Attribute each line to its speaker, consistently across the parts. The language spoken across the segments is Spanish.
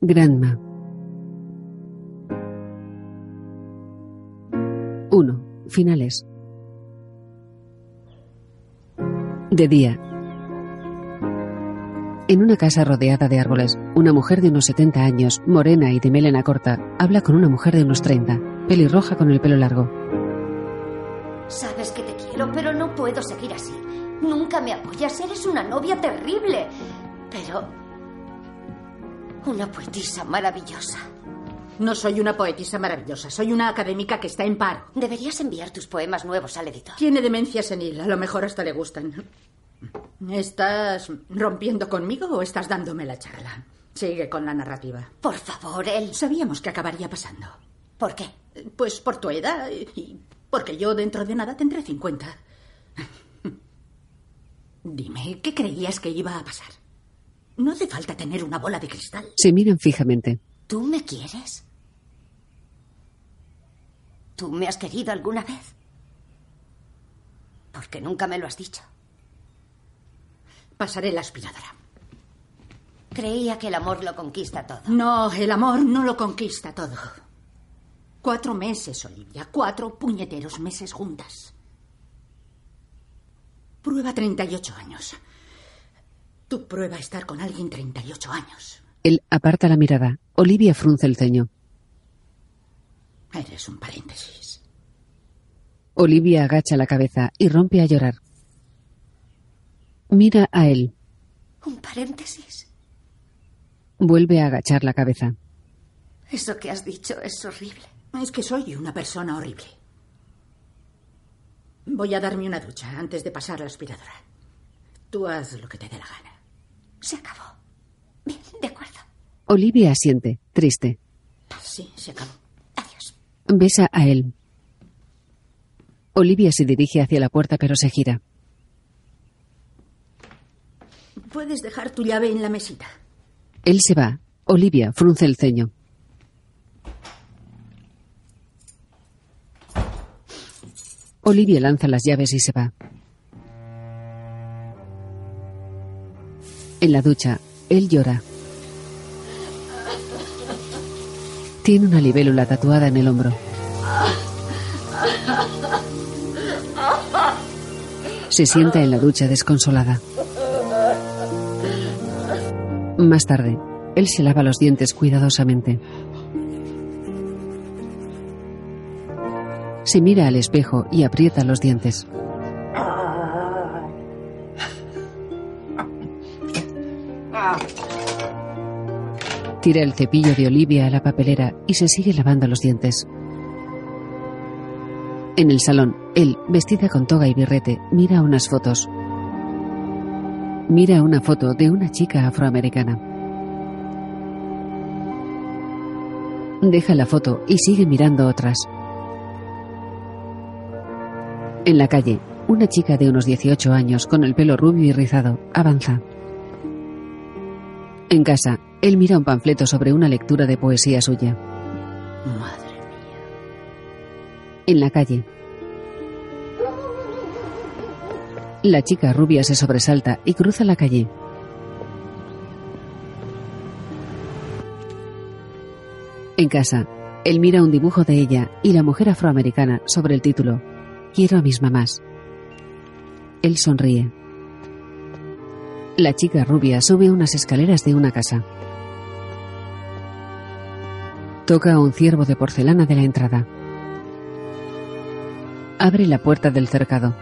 Speaker 1: Granma. 1. Finales. De día. En una casa rodeada de árboles, una mujer de unos 70 años, morena y de melena corta, habla con una mujer de unos 30, pelirroja con el pelo largo.
Speaker 2: Sabes que te quiero, pero no puedo seguir así. Nunca me apoyas, eres una novia terrible. Pero... Una poetisa maravillosa.
Speaker 3: No soy una poetisa maravillosa, soy una académica que está en paro.
Speaker 2: Deberías enviar tus poemas nuevos al editor.
Speaker 3: Tiene demencia senil, a lo mejor hasta le gustan. ¿Estás rompiendo conmigo o estás dándome la charla? Sigue con la narrativa.
Speaker 2: Por favor, él.
Speaker 3: Sabíamos que acabaría pasando.
Speaker 2: ¿Por qué?
Speaker 3: Pues por tu edad y porque yo dentro de nada tendré 50. Dime, ¿qué creías que iba a pasar? No hace falta tener una bola de cristal.
Speaker 1: Se miran fijamente.
Speaker 2: ¿Tú me quieres? ¿Tú me has querido alguna vez? Porque nunca me lo has dicho.
Speaker 3: Pasaré la aspiradora.
Speaker 2: Creía que el amor lo conquista todo.
Speaker 3: No, el amor no lo conquista todo. Cuatro meses, Olivia. Cuatro puñeteros meses juntas. Prueba 38 años. Tú prueba estar con alguien 38 años.
Speaker 1: Él aparta la mirada. Olivia frunce el ceño.
Speaker 3: Eres un paréntesis.
Speaker 1: Olivia agacha la cabeza y rompe a llorar. Mira a él.
Speaker 2: ¿Un paréntesis?
Speaker 1: Vuelve a agachar la cabeza.
Speaker 2: Eso que has dicho es horrible.
Speaker 3: Es que soy una persona horrible. Voy a darme una ducha antes de pasar la aspiradora. Tú haz lo que te dé la gana.
Speaker 2: Se acabó. Bien, de acuerdo.
Speaker 1: Olivia asiente, triste.
Speaker 3: Sí, se acabó.
Speaker 2: Adiós.
Speaker 1: Besa a él. Olivia se dirige hacia la puerta pero se gira.
Speaker 3: Puedes dejar tu llave en la mesita.
Speaker 1: Él se va. Olivia frunce el ceño. Olivia lanza las llaves y se va. En la ducha, él llora. Tiene una libélula tatuada en el hombro. Se sienta en la ducha desconsolada. Más tarde, él se lava los dientes cuidadosamente. Se mira al espejo y aprieta los dientes. Tira el cepillo de Olivia a la papelera y se sigue lavando los dientes. En el salón, él, vestida con toga y birrete, mira unas fotos. Mira una foto de una chica afroamericana. Deja la foto y sigue mirando otras. En la calle, una chica de unos 18 años con el pelo rubio y rizado avanza. En casa, él mira un panfleto sobre una lectura de poesía suya.
Speaker 3: Madre mía.
Speaker 1: En la calle, la chica rubia se sobresalta y cruza la calle. En casa, él mira un dibujo de ella y la mujer afroamericana sobre el título Quiero a mis mamás. Él sonríe. La chica rubia sube unas escaleras de una casa. Toca un ciervo de porcelana de la entrada. Abre la puerta del cercado.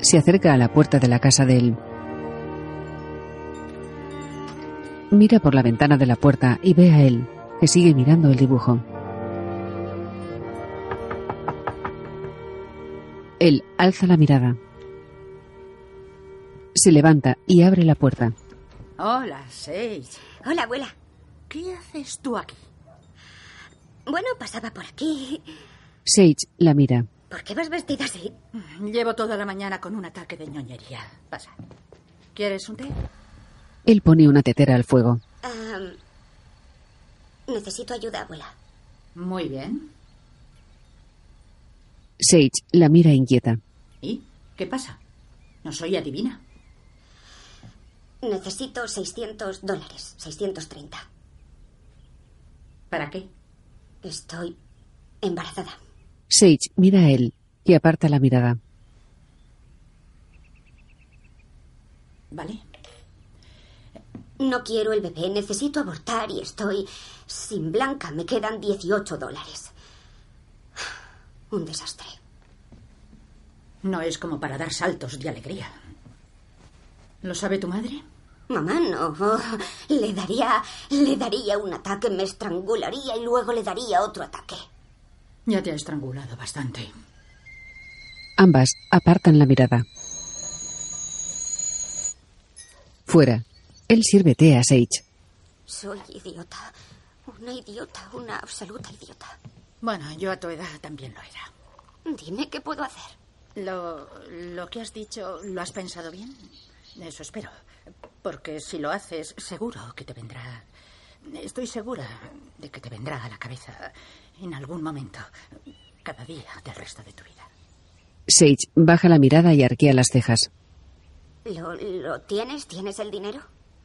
Speaker 1: Se acerca a la puerta de la casa de él. Mira por la ventana de la puerta y ve a él, que sigue mirando el dibujo. Él alza la mirada. Se levanta y abre la puerta.
Speaker 3: Hola, Seis.
Speaker 2: Hola, abuela.
Speaker 3: ¿Qué haces tú aquí?
Speaker 2: Bueno, pasaba por aquí.
Speaker 1: Sage la mira.
Speaker 2: ¿Por qué vas vestida así?
Speaker 3: Llevo toda la mañana con un ataque de ñoñería. Pasa. ¿Quieres un té?
Speaker 1: Él pone una tetera al fuego.
Speaker 2: Am, necesito ayuda, abuela.
Speaker 3: Muy bien.
Speaker 1: Sage la mira inquieta.
Speaker 3: ¿Y qué pasa? No soy adivina.
Speaker 4: Necesito 600 dólares, 630.
Speaker 3: ¿Para qué?
Speaker 4: Estoy embarazada.
Speaker 1: Sage mira a él y aparta la mirada.
Speaker 3: ¿Vale?
Speaker 4: No quiero el bebé, necesito abortar y estoy sin blanca. Me quedan 18 dólares. Un desastre.
Speaker 3: No es como para dar saltos de alegría. ¿Lo sabe tu madre?
Speaker 4: Mamá, no. Oh, le daría. Le daría un ataque, me estrangularía y luego le daría otro ataque.
Speaker 3: Ya te ha estrangulado bastante.
Speaker 1: Ambas apartan la mirada. Fuera. Él sirve té a Sage.
Speaker 4: Soy idiota. Una idiota, una absoluta idiota.
Speaker 3: Bueno, yo a tu edad también lo era.
Speaker 4: Dime qué puedo hacer.
Speaker 3: Lo, lo que has dicho, ¿lo has pensado bien? Eso espero. Porque si lo haces, seguro que te vendrá. Estoy segura de que te vendrá a la cabeza en algún momento, cada día del resto de tu vida.
Speaker 1: Sage baja la mirada y arquea las cejas.
Speaker 4: ¿Lo, lo tienes? ¿Tienes el dinero?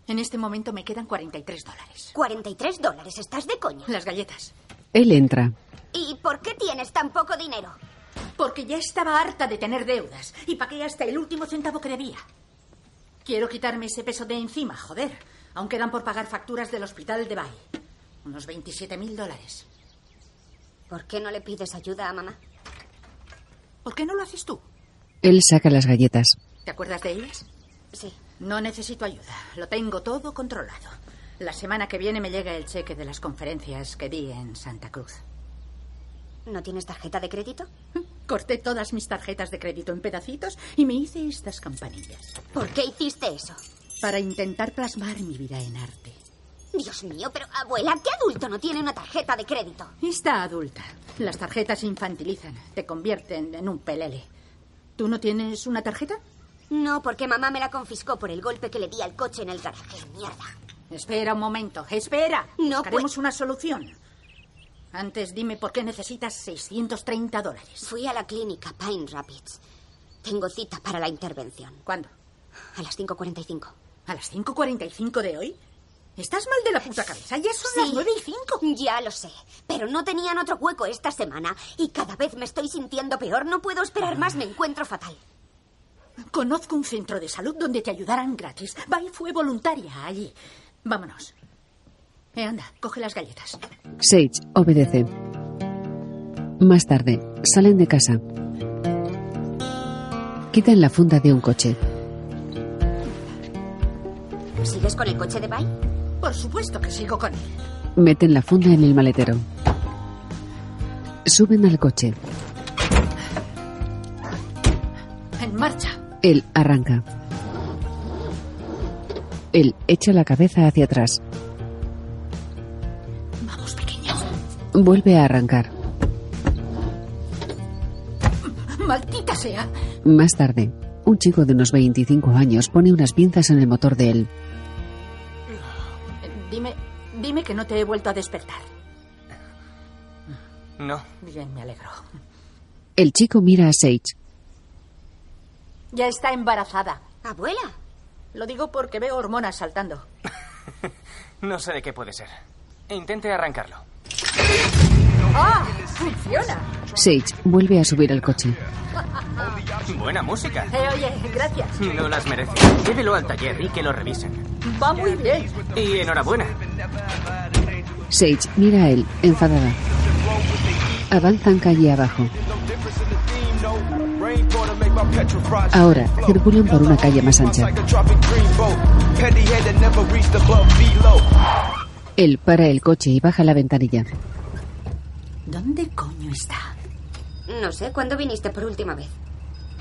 Speaker 3: En este momento me quedan 43 dólares.
Speaker 4: ¿43 dólares? ¿Estás de coña?
Speaker 3: Las galletas.
Speaker 1: Él entra.
Speaker 4: ¿Y por qué tienes tan poco dinero?
Speaker 3: Porque ya estaba harta de tener deudas y pagué hasta el último centavo que debía. Quiero quitarme ese peso de encima, joder. Aún quedan por pagar facturas del hospital de Bay. Unos 27 mil dólares.
Speaker 4: ¿Por qué no le pides ayuda a mamá?
Speaker 3: ¿Por qué no lo haces tú?
Speaker 1: Él saca las galletas.
Speaker 3: ¿Te acuerdas de ellas?
Speaker 4: Sí.
Speaker 3: No necesito ayuda. Lo tengo todo controlado. La semana que viene me llega el cheque de las conferencias que di en Santa Cruz.
Speaker 4: ¿No tienes tarjeta de crédito?
Speaker 3: Corté todas mis tarjetas de crédito en pedacitos y me hice estas campanillas.
Speaker 4: ¿Por qué hiciste eso?
Speaker 3: Para intentar plasmar mi vida en arte.
Speaker 4: Dios mío, pero abuela, ¿qué adulto no tiene una tarjeta de crédito?
Speaker 3: Está adulta. Las tarjetas infantilizan, te convierten en un pelele. ¿Tú no tienes una tarjeta?
Speaker 4: No, porque mamá me la confiscó por el golpe que le di al coche en el garaje. Mierda.
Speaker 3: Espera un momento, espera.
Speaker 4: No
Speaker 3: Buscaremos una solución. Antes dime por qué necesitas 630 dólares.
Speaker 4: Fui a la clínica Pine Rapids. Tengo cita para la intervención.
Speaker 3: ¿Cuándo?
Speaker 4: A las 5.45.
Speaker 3: ¿A las 5.45 de hoy? Estás mal de la puta cabeza. Ya son las
Speaker 4: Sí.
Speaker 3: 9 y 5.
Speaker 4: Ya lo sé, pero no tenían otro hueco esta semana y cada vez me estoy sintiendo peor. No puedo esperar más, me encuentro fatal.
Speaker 3: Conozco un centro de salud donde te ayudarán gratis. Bai fue voluntaria allí. Vámonos. Eh, anda, coge las galletas.
Speaker 1: Sage obedece. Más tarde, salen de casa. Quitan la funda de un coche.
Speaker 4: ¿Sigues con el coche de Bai?
Speaker 3: Por supuesto que sigo con él.
Speaker 1: Meten la funda en el maletero. Suben al coche.
Speaker 3: En marcha.
Speaker 1: Él arranca. Él echa la cabeza hacia atrás.
Speaker 3: Vamos, pequeño.
Speaker 1: Vuelve a arrancar.
Speaker 3: Maldita sea.
Speaker 1: Más tarde, un chico de unos 25 años pone unas pinzas en el motor de él.
Speaker 3: Eh, Dime, dime que no te he vuelto a despertar.
Speaker 5: No.
Speaker 3: Bien, me alegro.
Speaker 1: El chico mira a Sage.
Speaker 3: Ya está embarazada.
Speaker 4: Abuela,
Speaker 3: Lo digo porque veo hormonas saltando.
Speaker 5: No sé de qué puede ser. Intente arrancarlo.
Speaker 3: ¡Ah! ¡Funciona!
Speaker 1: Sage vuelve a subir al coche.
Speaker 5: Buena música.
Speaker 3: Eh, oye, gracias.
Speaker 5: No las merece. Llévelo al taller y que lo revisen.
Speaker 3: Va muy bien.
Speaker 5: Y enhorabuena.
Speaker 1: Sage mira a él, enfadada. Avanzan calle abajo. Ahora circulan por una calle más ancha. Él para el coche y baja la ventanilla.
Speaker 3: ¿Dónde coño está?
Speaker 4: no sé, ¿cuándo viniste por última vez?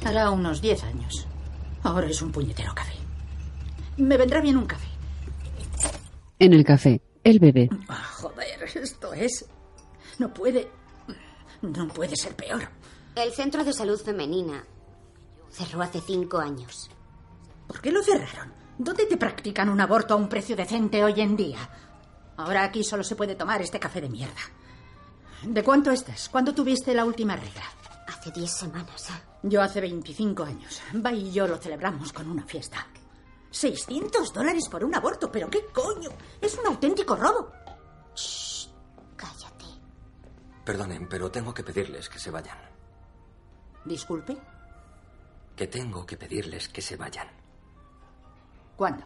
Speaker 3: Hará unos 10 años. Ahora es un puñetero café. Me vendrá bien un café.
Speaker 1: En el café, él bebe.
Speaker 3: Ah, joder, esto es. No puede. No puede ser peor.
Speaker 4: El centro de salud femenina cerró hace cinco años.
Speaker 3: ¿Por qué lo cerraron? ¿Dónde te practican un aborto a un precio decente hoy en día? Ahora aquí solo se puede tomar este café de mierda. ¿De cuánto estás? ¿Cuándo tuviste la última regla?
Speaker 4: Hace Hace diez semanas.
Speaker 3: Yo hace 25 años. Va y yo lo celebramos con una fiesta. 600 dólares por un aborto, pero qué coño. Es un auténtico robo.
Speaker 4: Shh, cállate.
Speaker 6: Perdonen, pero tengo que pedirles que se vayan.
Speaker 3: Disculpe.
Speaker 6: Que tengo que pedirles que se vayan.
Speaker 3: ¿Cuándo?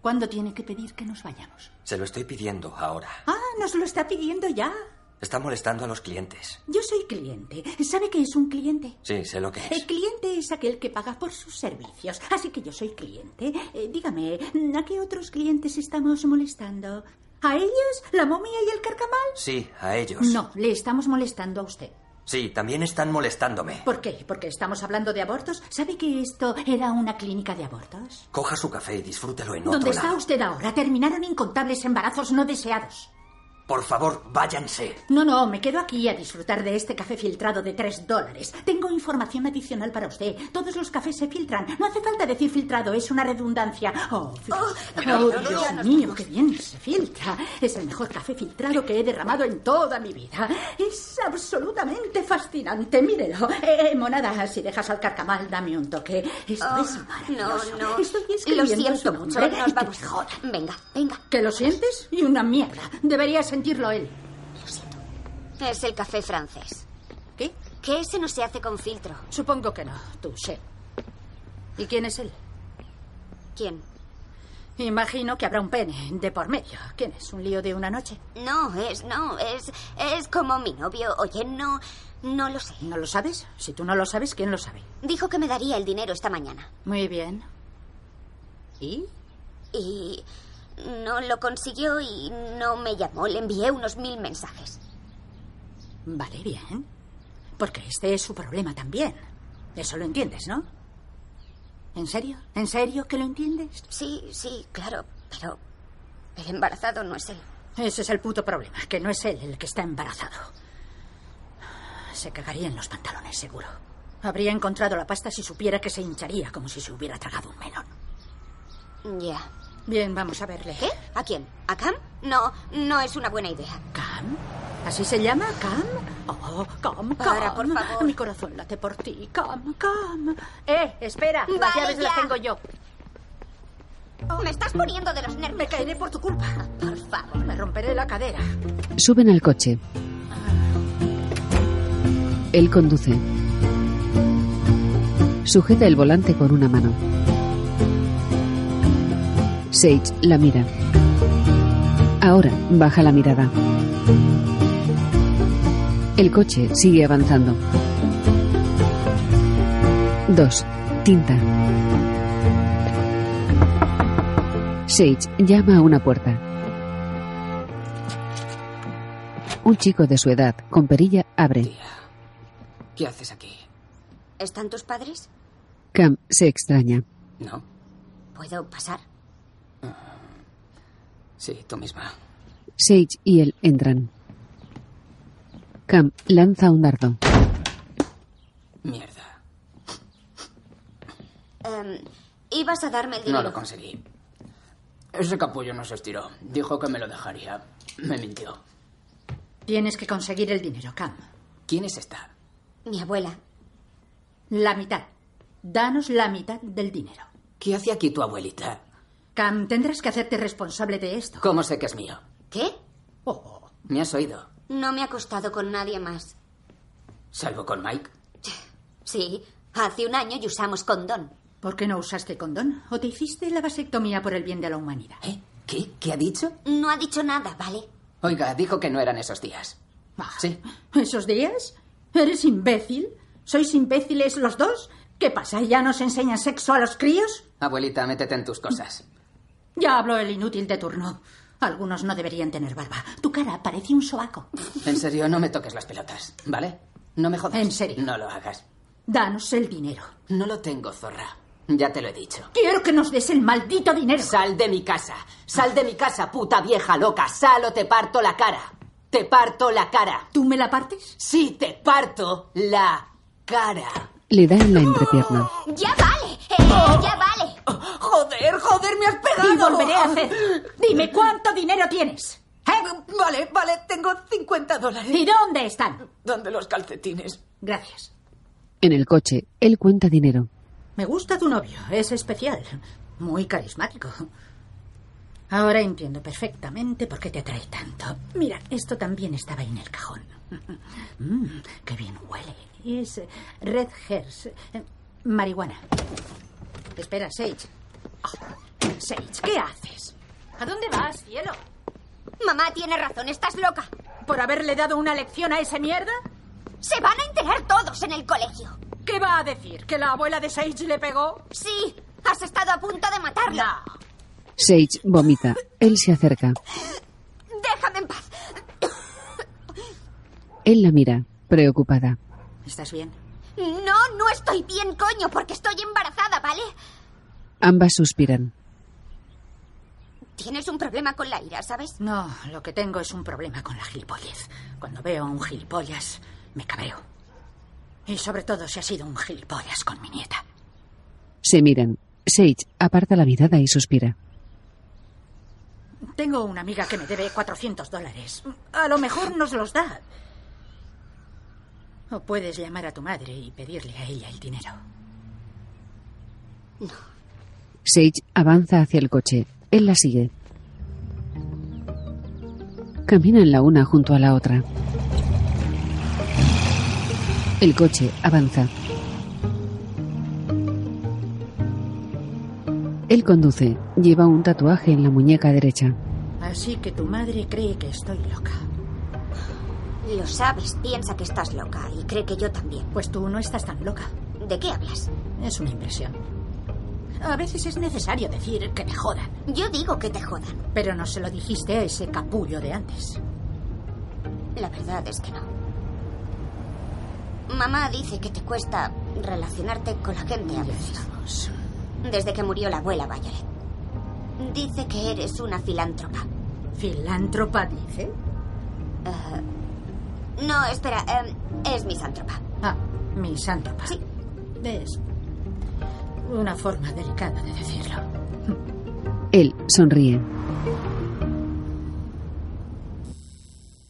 Speaker 3: ¿Cuándo tiene que pedir que nos vayamos?
Speaker 6: Se lo estoy pidiendo ahora.
Speaker 3: Ah, nos lo está pidiendo ya.
Speaker 6: Está molestando a los clientes.
Speaker 3: Yo soy cliente. ¿Sabe qué es un cliente?
Speaker 6: Sí, sé lo que es.
Speaker 5: ¿Eh?
Speaker 3: El cliente es aquel que paga por sus servicios. Así que yo soy cliente. Eh, dígame, ¿a qué otros clientes estamos molestando? ¿A ellos? ¿La momia y el carcamal?
Speaker 6: Sí, a ellos.
Speaker 5: Pues-
Speaker 3: No, le estamos molestando a usted.
Speaker 6: Sí, también están molestándome.
Speaker 3: ¿Por qué? ¿Porque estamos hablando de abortos? ¿Sabe que esto era una clínica de abortos?
Speaker 6: Coja su café y disfrútelo en otro
Speaker 3: ¿Dónde está
Speaker 6: lado.
Speaker 3: usted ahora? Terminaron incontables embarazos no deseados.
Speaker 6: Por favor, váyanse.
Speaker 3: No, no, me quedo aquí a disfrutar de este café filtrado de tres dólares. Tengo información adicional para usted. Todos los cafés se filtran. No hace falta decir filtrado, es una redundancia. Oh, fi-
Speaker 4: cuidado,
Speaker 3: oh,
Speaker 4: cuidado, ya
Speaker 3: Dios
Speaker 4: nos
Speaker 3: mío, qué bien se filtra. Es el mejor café filtrado que he derramado en toda mi vida. Es absolutamente fascinante. Mírelo. Eh, eh, monada, si dejas al carcamal, dame un toque. Esto
Speaker 4: Oh,
Speaker 3: es maravilloso.
Speaker 4: no, no.
Speaker 3: Estoy
Speaker 4: Lo
Speaker 3: escribiendo
Speaker 4: siento
Speaker 3: su
Speaker 4: mucho.
Speaker 3: nombre.
Speaker 4: Nos vamos. Venga, venga.
Speaker 3: ¿Que lo sientes? Y una mierda. Debería sentirlo él.
Speaker 4: Lo siento. Es el café francés.
Speaker 3: ¿Qué?
Speaker 4: Que ese no se hace con filtro.
Speaker 3: Supongo que no, tú sé. ¿Y quién es él?
Speaker 4: ¿Quién?
Speaker 3: Imagino que habrá un pene de por medio. ¿Quién es? ¿Un lío de una noche?
Speaker 4: No, es, no, es, es como mi novio. Oye, no, no lo sé.
Speaker 3: ¿No lo sabes? Si tú no lo sabes, ¿quién lo sabe?
Speaker 4: Dijo que me daría el dinero esta mañana.
Speaker 3: Muy bien. ¿Y?
Speaker 4: Y no lo consiguió y no me llamó. Le envié unos mil mensajes.
Speaker 3: Vale, bien. Porque este es su problema también. Eso lo entiendes, ¿no? ¿En serio? ¿En serio que lo entiendes?
Speaker 4: Sí, sí, claro, pero el embarazado no es él.
Speaker 3: Ese es el puto problema, que no es él el que está embarazado. Se cagaría en los pantalones, seguro. Habría encontrado la pasta si supiera que se hincharía como si se hubiera tragado un melón.
Speaker 4: Ya.
Speaker 3: Bien, vamos a verle.
Speaker 4: ¿Qué? ¿A quién? ¿A Cam? No, no es una buena idea.
Speaker 3: ¿Cam? ¿Así se llama? ¿Cam? Oh, Cam, Cam.
Speaker 4: Ahora, por favor.
Speaker 3: Mi corazón late por ti. Cam, Cam. Eh, espera. Las
Speaker 4: Vale,
Speaker 3: llaves las
Speaker 4: ya.
Speaker 3: tengo yo.
Speaker 4: Oh, Me estás poniendo de los nervios.
Speaker 3: Me caeré por tu culpa.
Speaker 4: Por favor.
Speaker 3: Me romperé la cadera.
Speaker 1: Suben al coche. Él conduce. Sujeta el volante con una mano. Sage la mira. Ahora baja la mirada. El coche sigue avanzando. Dos. Tinta. Sage llama a una puerta. Un chico de su edad, con perilla, abre.
Speaker 5: Tía, ¿qué haces aquí?
Speaker 4: ¿Están tus padres?
Speaker 1: Cam se extraña.
Speaker 5: ¿No?
Speaker 4: ¿Puedo pasar?
Speaker 5: Sí, tú misma.
Speaker 1: Sage y él entran. Cam lanza un dardo.
Speaker 5: Mierda.
Speaker 4: Em, ibas a darme el
Speaker 5: No
Speaker 4: dinero.
Speaker 5: lo conseguí. Ese capullo no se estiró. Dijo que me lo dejaría. Me mintió.
Speaker 3: Tienes que conseguir el dinero, Cam.
Speaker 5: ¿Quién es esta?
Speaker 4: Mi abuela.
Speaker 3: La mitad. Danos la mitad del dinero.
Speaker 5: ¿Qué hace aquí tu abuelita?
Speaker 3: Cam, tendrás que hacerte responsable de esto.
Speaker 5: ¿Cómo sé que es mío?
Speaker 4: ¿Qué?
Speaker 3: Oh,
Speaker 5: ¿Me has oído?
Speaker 4: No me he acostado con nadie más.
Speaker 5: Salvo con Mike.
Speaker 4: Sí, hace un año y usamos condón.
Speaker 3: ¿Por qué no usaste condón? ¿O te hiciste la vasectomía por el bien de la humanidad?
Speaker 5: ¿Eh? ¿Qué? ¿Qué ha dicho?
Speaker 4: No ha dicho nada, ¿vale?
Speaker 5: Oiga, dijo que no eran esos días.
Speaker 3: Ah,
Speaker 5: Sí.
Speaker 3: ¿Esos días? ¿Eres imbécil? ¿Sois imbéciles los dos? ¿Qué pasa? ¿Ya nos enseñan sexo a los críos?
Speaker 5: Abuelita, métete en tus cosas.
Speaker 3: Ya habló el inútil de turno. Algunos no deberían tener barba. Tu cara parece un sobaco.
Speaker 5: En serio, no me toques las pelotas, ¿vale? No me jodas.
Speaker 3: En serio.
Speaker 5: No lo hagas.
Speaker 3: Danos el dinero.
Speaker 5: No lo tengo, zorra. Ya te lo he dicho.
Speaker 3: Quiero que nos des el maldito dinero.
Speaker 5: Sal de mi casa. Sal de mi casa, puta vieja loca. Sal o te parto la cara. Te parto la cara.
Speaker 3: ¿Tú me la partes?
Speaker 5: Sí, te parto la cara.
Speaker 1: Le da en la entrepierna.
Speaker 4: ¡Ya vale! ¡Eh, ¡Ya vale!
Speaker 5: Joder, joder, me has pegado.
Speaker 3: Y volveré a hacer. Dime cuánto dinero tienes. ¿Eh?
Speaker 5: Vale, vale, tengo 50 dólares.
Speaker 3: ¿Y dónde están?
Speaker 5: ¿Dónde los calcetines?
Speaker 3: Gracias.
Speaker 1: En el coche, él cuenta dinero.
Speaker 3: Me gusta tu novio, es especial, muy carismático. Ahora entiendo perfectamente por qué te atrae tanto. Mira, esto también estaba ahí en el cajón. Mm, qué bien huele. Es eh, Red Hairs, eh, marihuana. Espera, Sage. Oh, Sage, ¿qué haces? ¿A dónde vas, cielo?
Speaker 4: Mamá tiene razón, estás loca.
Speaker 3: ¿Por haberle dado una lección a ese mierda?
Speaker 4: Se van a enterar todos en el colegio.
Speaker 3: ¿Qué va a decir? ¿Que la abuela de Sage le pegó?
Speaker 4: Sí, has estado a punto de matarlo.
Speaker 3: No.
Speaker 1: Sage vomita. Él se acerca.
Speaker 4: Déjame en paz.
Speaker 1: Él la mira, preocupada.
Speaker 3: ¿Estás bien?
Speaker 4: No, no estoy bien, coño, porque estoy embarazada, ¿vale?
Speaker 1: Ambas suspiran.
Speaker 4: Tienes un problema con la ira, ¿sabes?
Speaker 3: No, lo que tengo es un problema con la gilipollez. Cuando veo a un gilipollas, me cabreo. Y sobre todo si ha sido un gilipollas con mi nieta.
Speaker 1: Se miran. Sage aparta la mirada y suspira.
Speaker 3: Tengo una amiga que me debe 400 dólares. A lo mejor nos los da. O puedes llamar a tu madre y pedirle a ella el dinero.
Speaker 1: Sage avanza hacia el coche. Él la sigue. Caminan la una junto a la otra. El coche avanza. Él conduce. Lleva un tatuaje en la muñeca derecha.
Speaker 3: Así que tu madre cree que estoy loca.
Speaker 4: Lo sabes, piensa que estás loca y cree que yo también.
Speaker 3: Pues tú no estás tan loca.
Speaker 4: ¿De qué hablas?
Speaker 3: Es una impresión. A veces es necesario decir que te jodan.
Speaker 4: Yo digo que te jodan.
Speaker 3: Pero no se lo dijiste a ese capullo de antes.
Speaker 4: La verdad es que no. Mamá dice que te cuesta relacionarte con la gente a veces.
Speaker 3: Vamos.
Speaker 4: Desde que murió la abuela Violet. Dice que eres una filántropa.
Speaker 3: ¿Filántropa dice?
Speaker 4: Eh, no, espera, eh, es misántropa.
Speaker 3: Ah, misántropa.
Speaker 4: Sí.
Speaker 3: Es una forma delicada de decirlo.
Speaker 1: Él sonríe.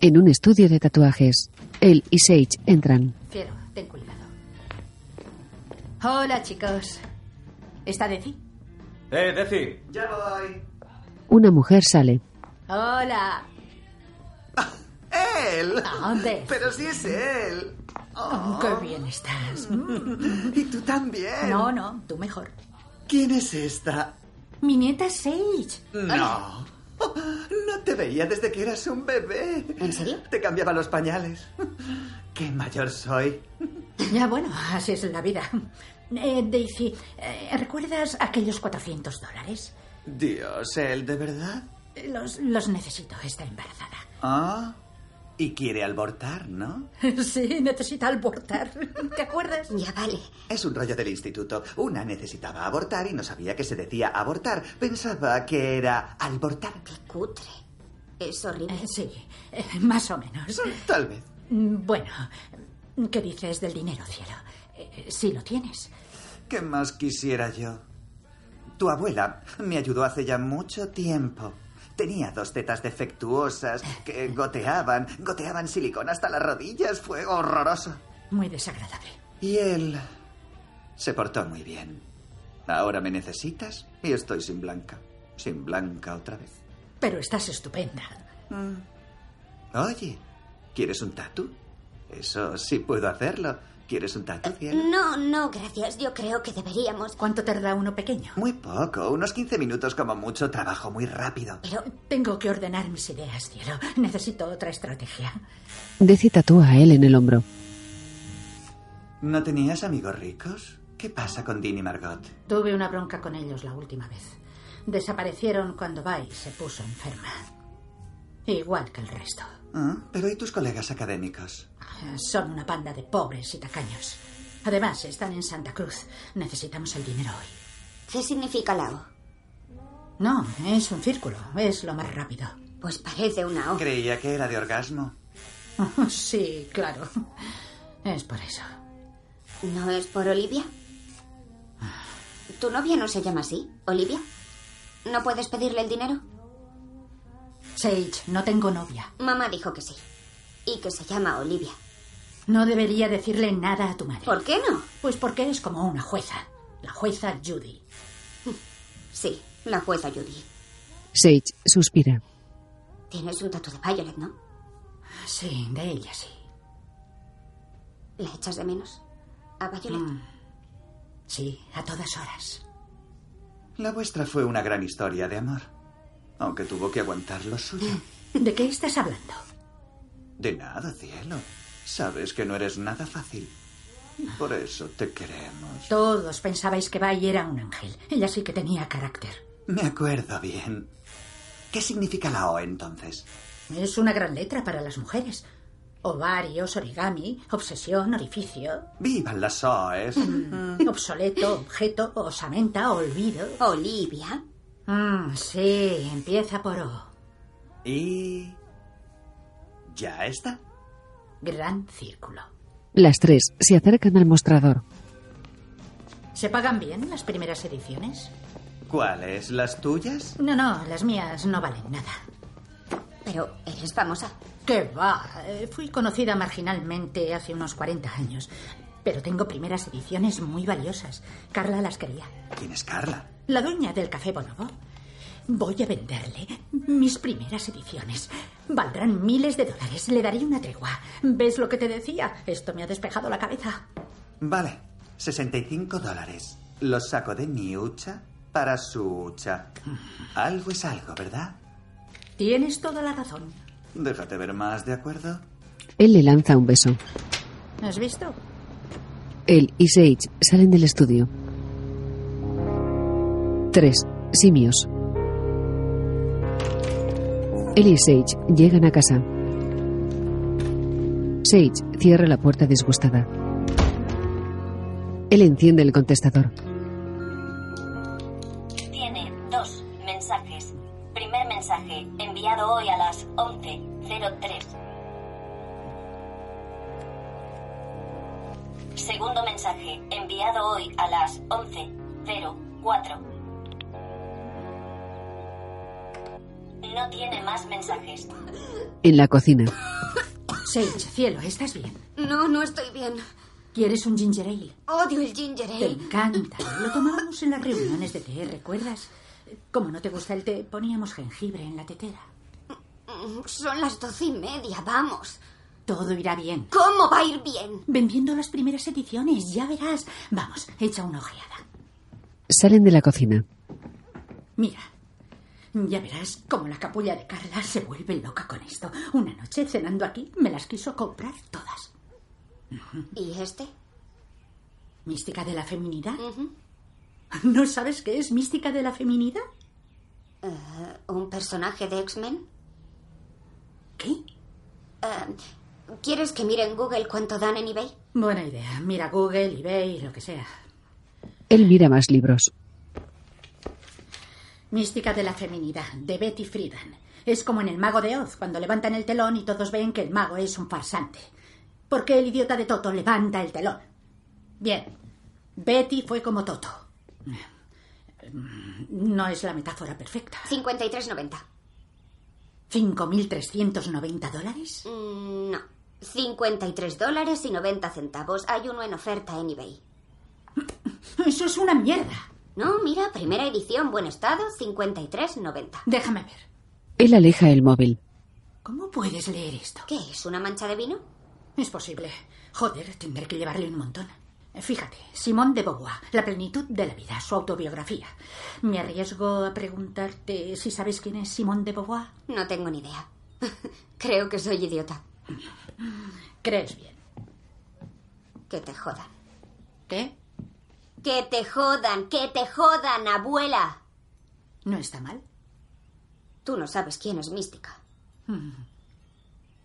Speaker 1: En un estudio de tatuajes, él y Sage entran.
Speaker 3: Fiero, ten cuidado. Hola, chicos. ¿Está Deci?
Speaker 7: ¡Eh, Deci!
Speaker 1: Una mujer sale.
Speaker 3: Hola.
Speaker 8: Ah, ¡Él!
Speaker 3: ¿A dónde?
Speaker 8: ¡Pero si es él!
Speaker 3: Oh, qué bien estás.
Speaker 8: ¡Y tú también!
Speaker 3: No, no, tú mejor.
Speaker 8: ¿Quién es esta?
Speaker 3: Mi nieta Sage.
Speaker 8: No. Oh, No te veía desde que eras un bebé.
Speaker 4: ¿En serio?
Speaker 8: Te cambiaba los pañales. ¡Qué mayor soy!
Speaker 3: Ya bueno, así es la vida. Eh, Daisy, eh, ¿recuerdas aquellos 400 dólares?
Speaker 8: Dios, ¿él de verdad?
Speaker 3: Los, los necesito, está embarazada.
Speaker 8: Ah, y quiere abortar, ¿no?
Speaker 3: Sí, necesita abortar. ¿Te acuerdas?
Speaker 4: Ya vale.
Speaker 8: Es un rollo del instituto. Una necesitaba abortar y no sabía que se decía abortar. Pensaba que era abortar.
Speaker 4: Qué cutre. Es horrible.
Speaker 3: Eh, Sí, eh, más o menos.
Speaker 8: Tal vez.
Speaker 3: Mm, Bueno, ¿qué dices del dinero, cielo? Eh, Sí lo tienes.
Speaker 8: ¿Qué más quisiera yo? Tu abuela me ayudó hace ya mucho tiempo. Tenía dos tetas defectuosas que goteaban, goteaban silicón hasta las rodillas. Fue horroroso.
Speaker 3: Muy desagradable.
Speaker 8: Y él se portó muy bien. Ahora me necesitas y estoy sin blanca. Sin blanca otra vez.
Speaker 3: Pero estás estupenda.
Speaker 8: Oye, ¿quieres un tatu? Eso sí puedo hacerlo. ¿Quieres un tatu, cielo?
Speaker 4: No, no, gracias. Yo creo que deberíamos.
Speaker 3: ¿Cuánto tarda uno pequeño?
Speaker 8: Muy poco, unos 15 minutos como mucho. Trabajo muy rápido.
Speaker 3: Pero tengo que ordenar mis ideas, cielo. Necesito otra estrategia.
Speaker 1: Deci tatúa a él en el hombro.
Speaker 8: ¿No tenías amigos ricos? ¿Qué pasa con Dean y Margot?
Speaker 3: Tuve una bronca con ellos la última vez. Desaparecieron cuando Bai se puso enferma. Igual que el resto.
Speaker 8: Ah, Pero ¿y tus colegas académicos?
Speaker 3: Son una banda de pobres y tacaños. Además, están en Santa Cruz. Necesitamos el dinero hoy.
Speaker 4: ¿Qué significa la O?
Speaker 3: No, es un círculo. Es lo más rápido.
Speaker 4: Pues parece una O.
Speaker 8: Creía que era de orgasmo.
Speaker 3: Sí, claro. Es por eso.
Speaker 4: ¿No es por Olivia? ¿Tu novia no se llama así, Olivia? ¿No puedes pedirle el dinero?
Speaker 3: Sage, no tengo novia.
Speaker 4: Mamá dijo que sí. Y que se llama Olivia.
Speaker 3: No debería decirle nada a tu madre.
Speaker 4: ¿Por qué no?
Speaker 3: Pues porque es como una jueza. La jueza Judy.
Speaker 4: Sí, la jueza Judy.
Speaker 1: Sage suspira.
Speaker 4: Tienes un dato de Violet, ¿no?
Speaker 3: Ah, Sí, de ella sí.
Speaker 4: ¿La echas de menos? ¿A Violet?
Speaker 3: Mm. Sí, a todas horas.
Speaker 8: La vuestra fue una gran historia de amor. Aunque tuvo que aguantar lo suyo.
Speaker 9: Mm.
Speaker 3: ¿De qué estás hablando?
Speaker 8: De nada, cielo. Sabes que no eres nada fácil. Por eso te queremos.
Speaker 3: Todos pensabais que Bay era un ángel. Ella sí que tenía carácter.
Speaker 8: Me acuerdo bien. ¿Qué significa la O entonces?
Speaker 3: Es una gran letra para las mujeres. Ovarios, origami, obsesión, orificio.
Speaker 8: ¡Vivan las OES!
Speaker 3: Mm, obsoleto, objeto, osamenta, olvido.
Speaker 4: Olivia.
Speaker 3: Mm, sí, empieza por O.
Speaker 8: Y... ¿Ya está?
Speaker 3: Gran círculo.
Speaker 1: Las tres se acercan al mostrador.
Speaker 3: ¿Se pagan bien las primeras ediciones?
Speaker 8: ¿Cuáles? ¿Las tuyas?
Speaker 3: No, no, las mías no valen nada.
Speaker 4: Pero eres famosa.
Speaker 3: ¿Qué va? Eh, Fui conocida marginalmente hace unos 40 años. Pero tengo primeras ediciones muy valiosas. Carla las quería.
Speaker 8: ¿Quién es Carla?
Speaker 3: La dueña del Café Bonobo. Voy a venderle mis primeras ediciones. Valdrán miles de dólares. Le daré una tregua. ¿Ves lo que te decía? Esto me ha despejado la cabeza.
Speaker 8: Vale, 65 dólares. Los saco de mi hucha para su hucha. Algo es algo, ¿verdad?
Speaker 3: Tienes toda la razón.
Speaker 8: Déjate ver más, ¿de acuerdo?
Speaker 1: Él le lanza un beso.
Speaker 3: ¿Has visto?
Speaker 1: Él y Sage salen del estudio. 3. Simios. Él y Sage llegan a casa. Sage cierra la puerta disgustada. Él enciende el contestador.
Speaker 10: Tiene dos mensajes. Primer mensaje, enviado hoy a las 11.03. Segundo mensaje, enviado hoy a las 11.04. No tiene más mensajes.
Speaker 1: En la cocina.
Speaker 3: Sage, cielo, ¿estás bien?
Speaker 4: No, no estoy bien.
Speaker 3: ¿Quieres un ginger ale?
Speaker 4: Odio el ginger ¿eh?
Speaker 3: Te
Speaker 4: ale.
Speaker 3: encanta. Lo tomábamos en las reuniones de té, ¿recuerdas? Como no te gusta el té, poníamos jengibre en la tetera.
Speaker 4: Mm, Son las doce y media, vamos.
Speaker 3: Todo irá bien.
Speaker 4: ¿Cómo va a ir bien?
Speaker 3: Vendiendo las primeras ediciones, ya verás. Vamos, echa una ojeada.
Speaker 1: Salen de la cocina.
Speaker 3: Mira, ya verás cómo la capulla de Carla se vuelve loca con esto. Una noche cenando aquí me las quiso comprar todas.
Speaker 4: ¿Y este?
Speaker 3: ¿Mística de la feminidad? ¿No sabes qué es mística de la feminidad?
Speaker 4: ¿Un personaje de X-Men?
Speaker 3: ¿Qué?
Speaker 4: Eh, ¿Quieres que mire en Google cuánto dan en eBay?
Speaker 3: Buena idea. Mira Google, eBay, lo que sea.
Speaker 1: Él mira más libros.
Speaker 3: Mística de la feminidad, de Betty Friedan. Es como en El Mago de Oz, cuando levantan el telón y todos ven que el mago es un farsante. Porque el idiota de Toto levanta el telón. Bien, Betty fue como Toto. Mm, No es la metáfora perfecta.
Speaker 4: 53.90.
Speaker 3: ¿5.390 dólares?
Speaker 4: Mm, No. 53 dólares y 90 centavos. Hay uno en oferta en eBay.
Speaker 3: Eso es una mierda.
Speaker 4: No, mira, primera edición, buen estado, 53.90.
Speaker 3: Déjame ver.
Speaker 1: Él aleja el móvil.
Speaker 3: ¿Cómo puedes leer esto?
Speaker 4: ¿Qué es? ¿Una mancha de vino?
Speaker 3: Es posible. Joder, tendré que llevarle un montón. Fíjate, Simón de Beauvoir, La plenitud de la vida, su autobiografía. Me arriesgo a preguntarte si sabes quién es Simón de Beauvoir.
Speaker 4: No tengo ni idea. Creo que soy idiota.
Speaker 3: ¿Crees bien?
Speaker 4: Que te jodan.
Speaker 3: ¿Qué?
Speaker 4: Que te jodan, que te jodan, abuela.
Speaker 3: ¿No está mal?
Speaker 4: Tú no sabes quién es mística.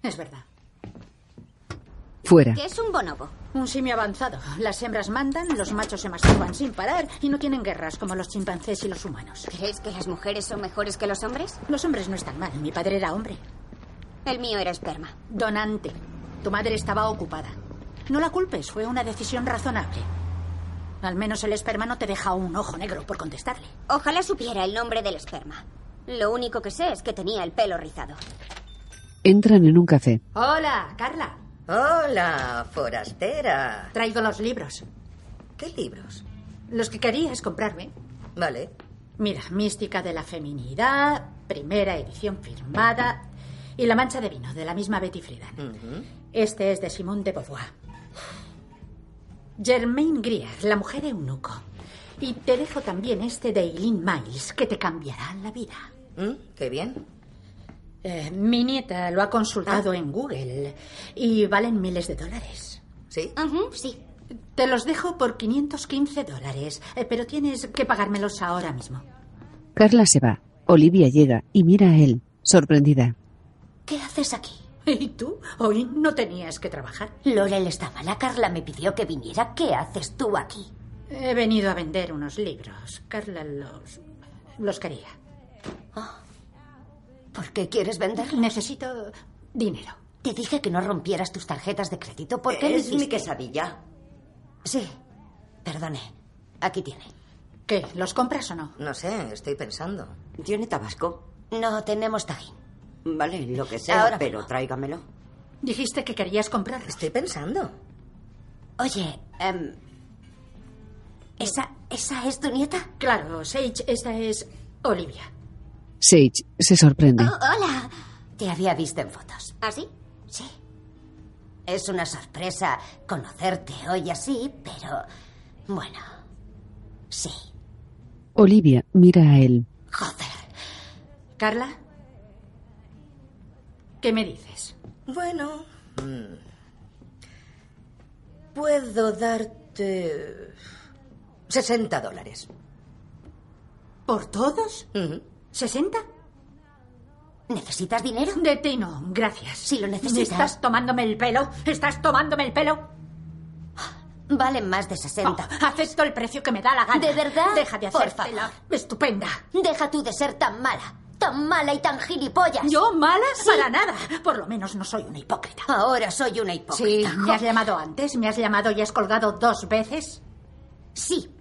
Speaker 3: Es verdad.
Speaker 1: Fuera.
Speaker 4: ¿Qué es un bonobo?
Speaker 3: Un simio avanzado. Las hembras mandan, los machos se masturban sin parar y no tienen guerras como los chimpancés y los humanos.
Speaker 4: ¿Crees que las mujeres son mejores que los hombres?
Speaker 3: Los hombres no están mal. Mi padre era hombre.
Speaker 4: El mío era esperma.
Speaker 3: Donante. Tu madre estaba ocupada. No la culpes, fue una decisión razonable. Al menos el esperma no te deja un ojo negro por contestarle.
Speaker 4: Ojalá supiera el nombre del esperma. Lo único que sé es que tenía el pelo rizado.
Speaker 1: Entran en un café.
Speaker 3: Hola, Carla.
Speaker 9: Hola, forastera.
Speaker 3: Traigo los libros.
Speaker 9: ¿Qué libros?
Speaker 3: Los que querías comprarme.
Speaker 9: Vale.
Speaker 3: Mira, Mística de la Feminidad, primera edición firmada, y La Mancha de Vino, de la misma Betty Friedan.
Speaker 9: Ujú.
Speaker 3: Este es de Simone de Beauvoir. Germaine Greer, La Mujer Eunuco. Y te dejo también este de Eileen Miles, que te cambiará la vida.
Speaker 9: Mm, Qué bien.
Speaker 3: Eh, mi nieta lo ha consultado en Google y valen miles de dólares.
Speaker 9: ¿Sí?
Speaker 4: Ujú, sí.
Speaker 3: Te los dejo por 515 dólares, eh, pero tienes que pagármelos ahora mismo.
Speaker 1: Carla se va. Olivia llega y mira a él, sorprendida.
Speaker 2: ¿Qué haces aquí?
Speaker 3: ¿Y tú? Hoy no tenías que trabajar.
Speaker 2: Lorel estaba. La Carla me pidió que viniera. ¿Qué haces tú aquí?
Speaker 3: He venido a vender unos libros. Carla los... los quería.
Speaker 2: ¿Por qué quieres vender?
Speaker 3: Necesito dinero.
Speaker 2: Te dije que no rompieras tus tarjetas de crédito. ¿Por qué lo
Speaker 9: es mi
Speaker 2: hiciste?
Speaker 9: quesadilla.
Speaker 2: Sí. Perdone. Aquí tiene.
Speaker 3: ¿Qué? ¿Los compras o no?
Speaker 9: No sé, estoy pensando.
Speaker 11: ¿Tiene tabasco?
Speaker 2: No tenemos tajín.
Speaker 11: Vale, lo que sea,
Speaker 2: Ahora
Speaker 11: pero
Speaker 2: mismo.
Speaker 11: tráigamelo.
Speaker 3: Dijiste que querías comprarlos.
Speaker 9: Estoy pensando.
Speaker 2: Oye, em, ¿esa, ¿esa es tu nieta?
Speaker 3: Claro, Sage, esta es Olivia.
Speaker 1: Sage se sorprende.
Speaker 2: Oh, hola. Te había visto en fotos.
Speaker 9: ¿Ah,
Speaker 4: ¿Así?
Speaker 2: Sí. Es una sorpresa conocerte hoy así, pero... Bueno. Sí.
Speaker 1: Olivia mira a él.
Speaker 2: Joder.
Speaker 3: Carla, ¿qué me dices?
Speaker 9: Bueno. mm, Puedo darte. 60 dólares.
Speaker 3: ¿Por todos?
Speaker 9: Ujú.
Speaker 3: ¿60?
Speaker 2: ¿Necesitas dinero?
Speaker 3: De ti no, gracias.
Speaker 2: Si lo necesitas.
Speaker 3: ¿Me ¿Estás tomándome el pelo? ¿Estás tomándome el pelo?
Speaker 2: Valen más de
Speaker 3: Oh,
Speaker 2: 60.
Speaker 3: acepto el precio que me da la gana.
Speaker 2: ¿De verdad?
Speaker 3: Deja de
Speaker 2: Por
Speaker 3: hacértela. Estupenda.
Speaker 9: Oh.
Speaker 2: Deja tú de ser tan mala. Tan mala y tan gilipollas.
Speaker 3: ¿Yo mala? Para nada. Por lo menos no soy una hipócrita.
Speaker 2: Ahora soy una
Speaker 3: Sí,
Speaker 2: hipócrita.
Speaker 3: me has llamado antes, me has llamado y has colgado dos veces.
Speaker 2: Sí,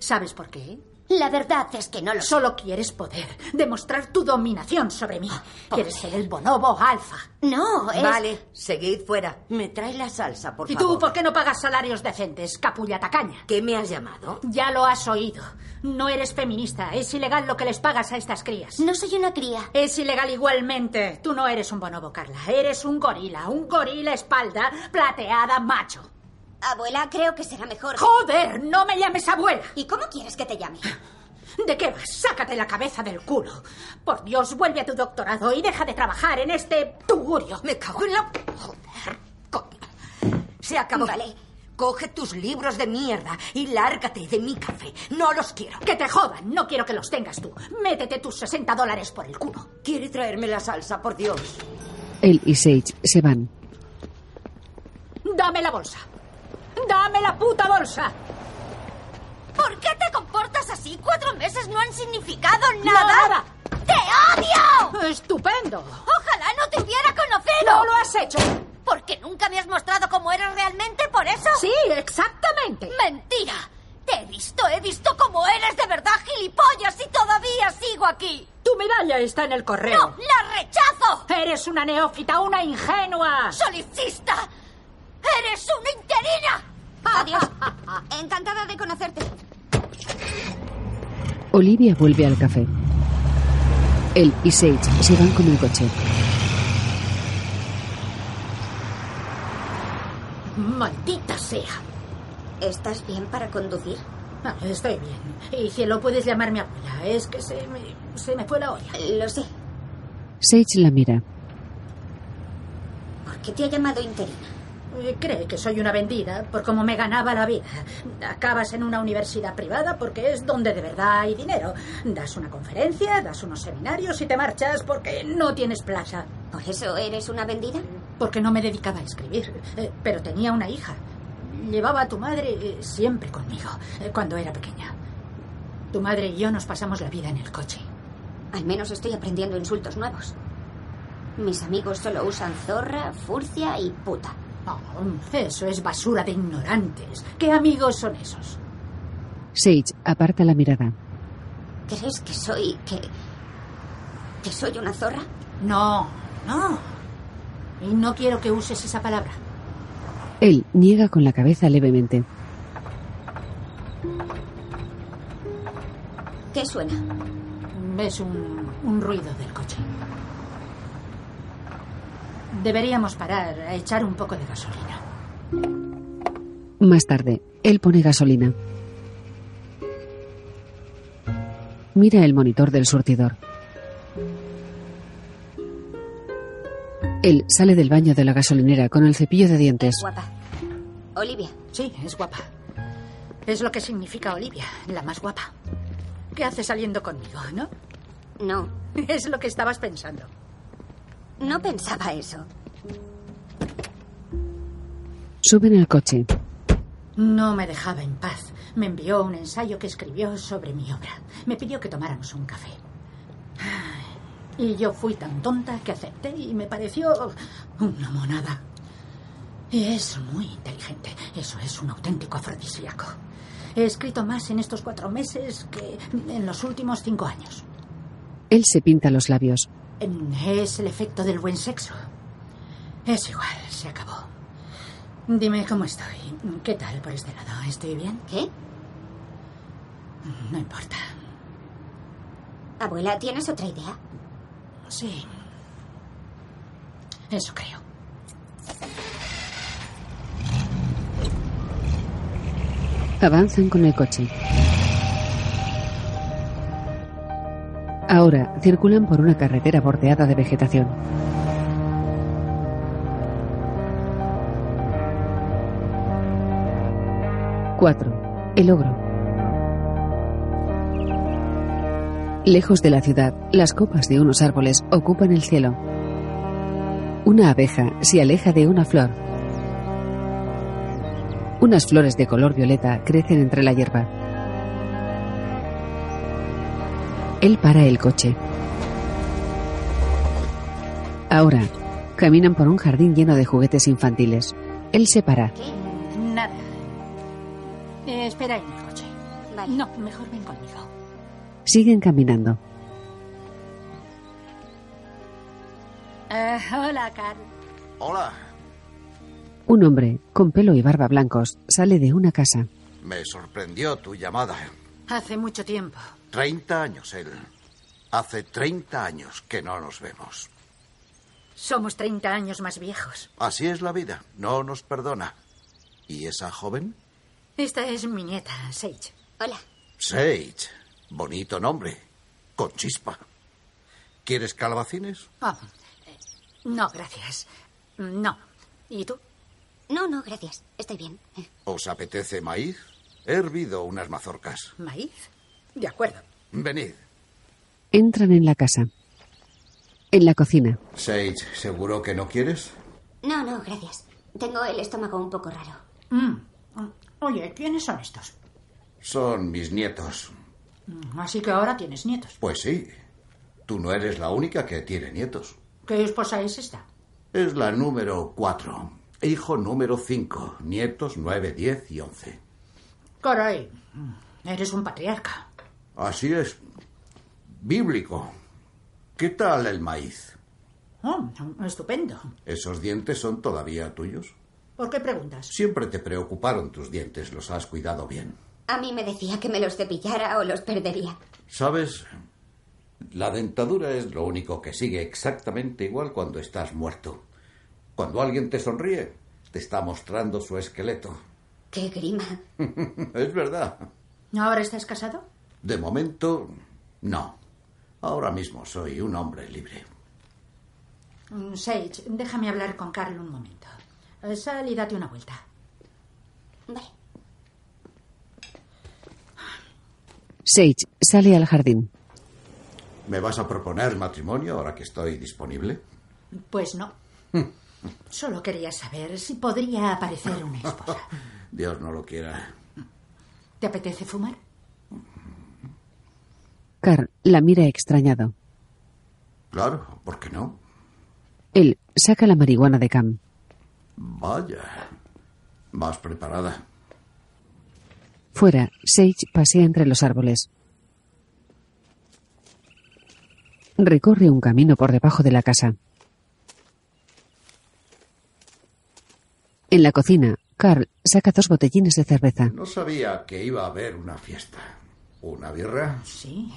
Speaker 3: ¿Sabes por qué?
Speaker 2: la verdad es que no lo sé.
Speaker 3: Solo quieres poder, demostrar tu dominación sobre mí. Quieres ser el bonobo alfa.
Speaker 2: No, es...
Speaker 9: Vale, seguid fuera.
Speaker 11: Me trae la salsa, por
Speaker 3: ¿Y
Speaker 11: favor.
Speaker 3: tú por qué no pagas salarios decentes, capulla tacaña?
Speaker 11: ¿Qué me has llamado?
Speaker 3: Ya lo has oído. No eres feminista. Es ilegal lo que les pagas a estas crías.
Speaker 2: No soy una cría.
Speaker 3: Es ilegal igualmente. Tú no eres un bonobo, Carla. Eres un gorila. Un gorila espalda plateada macho.
Speaker 4: Abuela, creo que será mejor.
Speaker 3: ¡Joder! ¡No me llames abuela!
Speaker 4: ¿Y cómo quieres que te llame?
Speaker 3: ¿De qué vas? Sácate la cabeza del culo. Por Dios, vuelve a tu doctorado y deja de trabajar en este tugurio.
Speaker 9: Me cago en la. Joder, coño. Se acabó.
Speaker 4: Vale.
Speaker 9: Coge tus libros de mierda y lárgate de mi café. No los quiero.
Speaker 3: Que te jodan. No quiero que los tengas tú. Métete tus 60 dólares por el culo.
Speaker 11: Quiere traerme la salsa, por Dios.
Speaker 1: Él y Sage se van.
Speaker 3: Dame la bolsa. Dame la puta bolsa.
Speaker 2: ¿Por qué te comportas así? Cuatro meses no han significado
Speaker 3: No, nada.
Speaker 2: ¡Te odio!
Speaker 3: Estupendo.
Speaker 2: Ojalá no te hubiera conocido.
Speaker 3: No lo has hecho.
Speaker 2: Porque nunca me has mostrado cómo eres realmente por eso.
Speaker 3: Sí, exactamente.
Speaker 2: Mentira. Te he visto, he visto cómo eres de verdad gilipollas y todavía sigo aquí.
Speaker 3: Tu medalla está en el correo.
Speaker 2: No, la rechazo.
Speaker 3: Eres una neófita, una ingenua.
Speaker 2: Solicista. Eres una interina.
Speaker 4: Adiós. Encantada de conocerte.
Speaker 1: Olivia vuelve al café. Él y Sage se van con el coche.
Speaker 3: Maldita sea.
Speaker 4: ¿Estás bien para conducir?
Speaker 3: Ah, estoy bien. Y cielo, puedes llamarme abuela. Es que se me, se me fue la olla.
Speaker 4: Lo sé.
Speaker 1: Sage la mira.
Speaker 4: ¿Por qué te ha llamado interina?
Speaker 3: Eh, Cree que soy una vendida por cómo me ganaba la vida. Acabas en una universidad privada porque es donde de verdad hay dinero. Das una conferencia, das unos seminarios y te marchas porque no tienes plaza.
Speaker 4: ¿Por eso eres una vendida?
Speaker 3: Porque no me dedicaba a escribir. Eh, Pero tenía una hija. Llevaba a tu madre eh, siempre conmigo eh, cuando era pequeña. Tu madre y yo nos pasamos la vida en el coche.
Speaker 4: Al menos estoy aprendiendo insultos nuevos. Mis amigos solo usan zorra, furcia y puta.
Speaker 3: Oh, eso es basura de ignorantes. ¿Qué amigos son esos?
Speaker 1: Sage aparta la mirada.
Speaker 4: ¿Crees que soy que que soy una zorra?
Speaker 3: No, no. No quiero que uses esa palabra.
Speaker 1: Él niega con la cabeza levemente.
Speaker 4: ¿Qué suena?
Speaker 3: Es un, un ruido del coche. Deberíamos parar a echar un poco de gasolina.
Speaker 1: Más tarde, él pone gasolina. Mira el monitor del surtidor. Él sale del baño de la gasolinera con el cepillo de dientes.
Speaker 4: Guapa. Olivia.
Speaker 3: Sí, es guapa. Es lo que significa Olivia, la más guapa. ¿Qué hace saliendo conmigo, no?
Speaker 4: No.
Speaker 3: Es lo que estabas pensando.
Speaker 4: No pensaba eso.
Speaker 1: Suben al coche.
Speaker 3: No me dejaba en paz. Me envió un ensayo que escribió sobre mi obra. Me pidió que tomáramos un café. Y yo fui tan tonta que acepté y me pareció una monada. Y es muy inteligente. Eso es un auténtico afrodisíaco. He escrito más en estos cuatro meses que en los últimos cinco años.
Speaker 1: Él se pinta los labios.
Speaker 3: Es el efecto del buen sexo. Es igual, se acabó. Dime cómo estoy. ¿Qué tal por este lado? ¿Estoy bien?
Speaker 4: ¿Qué?
Speaker 3: No importa.
Speaker 4: Abuela, ¿tienes otra idea?
Speaker 3: Sí. Eso creo.
Speaker 1: Avanzan con el coche. Ahora circulan por una carretera bordeada de vegetación. Cuatro. El ogro. Lejos de la ciudad, las copas de unos árboles ocupan el cielo. Una abeja se aleja de una flor. Unas flores de color violeta crecen entre la hierba. Él para el coche. Ahora, caminan por un jardín lleno de juguetes infantiles. Él se para.
Speaker 3: ¿Qué? Nada. Eh, espera en mi coche. Vale. No, mejor ven conmigo.
Speaker 1: Siguen caminando.
Speaker 3: Eh, hola, Carl.
Speaker 12: Hola,
Speaker 1: Un hombre, con pelo y barba blancos, sale de una casa.
Speaker 12: me sorprendió tu llamada.
Speaker 3: Hace mucho tiempo.
Speaker 12: 30 años él. Hace 30 años que no nos vemos.
Speaker 3: Somos 30 años más viejos.
Speaker 12: Así es la vida, no nos perdona. ¿Y esa joven?
Speaker 3: Esta es mi nieta, Sage.
Speaker 4: Hola.
Speaker 12: Sage. Bonito nombre. Con chispa. ¿Quieres calabacines?
Speaker 3: Ah, eh, no, gracias. No. ¿Y tú?
Speaker 4: No, no, gracias. Estoy bien.
Speaker 12: ¿Os apetece maíz? He hervido unas mazorcas.
Speaker 3: ¿Maíz? De acuerdo.
Speaker 12: Venid.
Speaker 1: Entran en la casa. En la cocina,
Speaker 12: Sage, ¿seguro que no quieres?
Speaker 4: No, no, gracias. Tengo el estómago un poco raro.
Speaker 3: Mm. Ah, Oye, ¿quiénes son estos?
Speaker 12: Son mis nietos.
Speaker 3: Mm, Así que ahora tienes nietos.
Speaker 12: Pues sí. Tú no eres la única que tiene nietos.
Speaker 3: ¿Qué esposa es esta?
Speaker 12: Es la número 4. Hijo número 5. Nietos 9, 10 y 11.
Speaker 3: Caray, mm, eres un patriarca.
Speaker 12: Así es. Bíblico. ¿Qué tal el maíz?
Speaker 3: Oh, estupendo.
Speaker 12: ¿Esos dientes son todavía tuyos?
Speaker 3: ¿Por qué preguntas?
Speaker 12: Siempre te preocuparon tus dientes, los has cuidado bien.
Speaker 4: A mí me decía que me los cepillara o los perdería.
Speaker 12: ¿Sabes? La dentadura es lo único que sigue exactamente igual cuando estás muerto. Cuando alguien te sonríe, te está mostrando su esqueleto.
Speaker 4: Qué grima.
Speaker 12: es verdad.
Speaker 3: ¿Ahora estás casado?
Speaker 12: De momento, no. Ahora mismo soy un hombre libre.
Speaker 3: Mm, Sage, déjame hablar con Carl un momento. Eh, Sal y date una vuelta.
Speaker 1: Sage sale al jardín.
Speaker 12: ¿Me vas a proponer matrimonio ahora que estoy disponible?
Speaker 3: Pues no. Solo quería saber si podría aparecer una esposa.
Speaker 12: Dios no lo quiera.
Speaker 3: ¿Te apetece fumar?
Speaker 1: Carl la mira extrañado.
Speaker 12: Claro, ¿por qué no?
Speaker 1: Él saca la marihuana de Cam.
Speaker 12: Vaya. Vas preparada.
Speaker 1: Fuera, Sage pasea entre los árboles. Recorre un camino por debajo de la casa. En la cocina, Carl saca dos botellines de cerveza.
Speaker 12: No sabía que iba a haber una fiesta. ¿Una birra?
Speaker 3: Sí.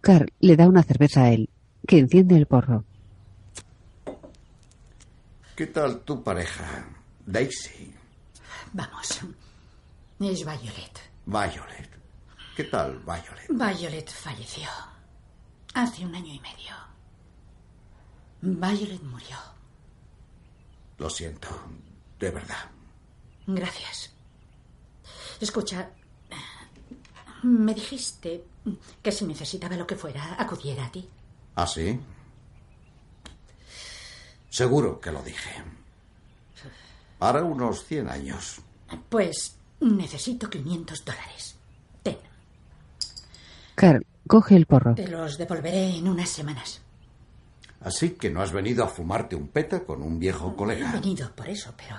Speaker 1: Carl le da una cerveza a él, que enciende el porro.
Speaker 12: ¿Qué tal tu pareja? Daisy.
Speaker 3: Vamos. Es Violet.
Speaker 12: Violet. ¿Qué tal, Violet?
Speaker 3: Violet falleció. Hace un año y medio. Violet murió.
Speaker 12: Lo siento, de verdad.
Speaker 3: Gracias. Escucha, me dijiste que si necesitaba lo que fuera, acudiera a ti.
Speaker 12: ¿Ah, sí? Seguro que lo dije. Hará unos 100 años.
Speaker 3: Pues necesito 500 dólares. Ten,
Speaker 1: Carl coge el porro.
Speaker 3: te los devolveré en unas semanas.
Speaker 12: Así que no has venido a fumarte un peta con un viejo
Speaker 3: He
Speaker 12: colega.
Speaker 3: venido por eso, pero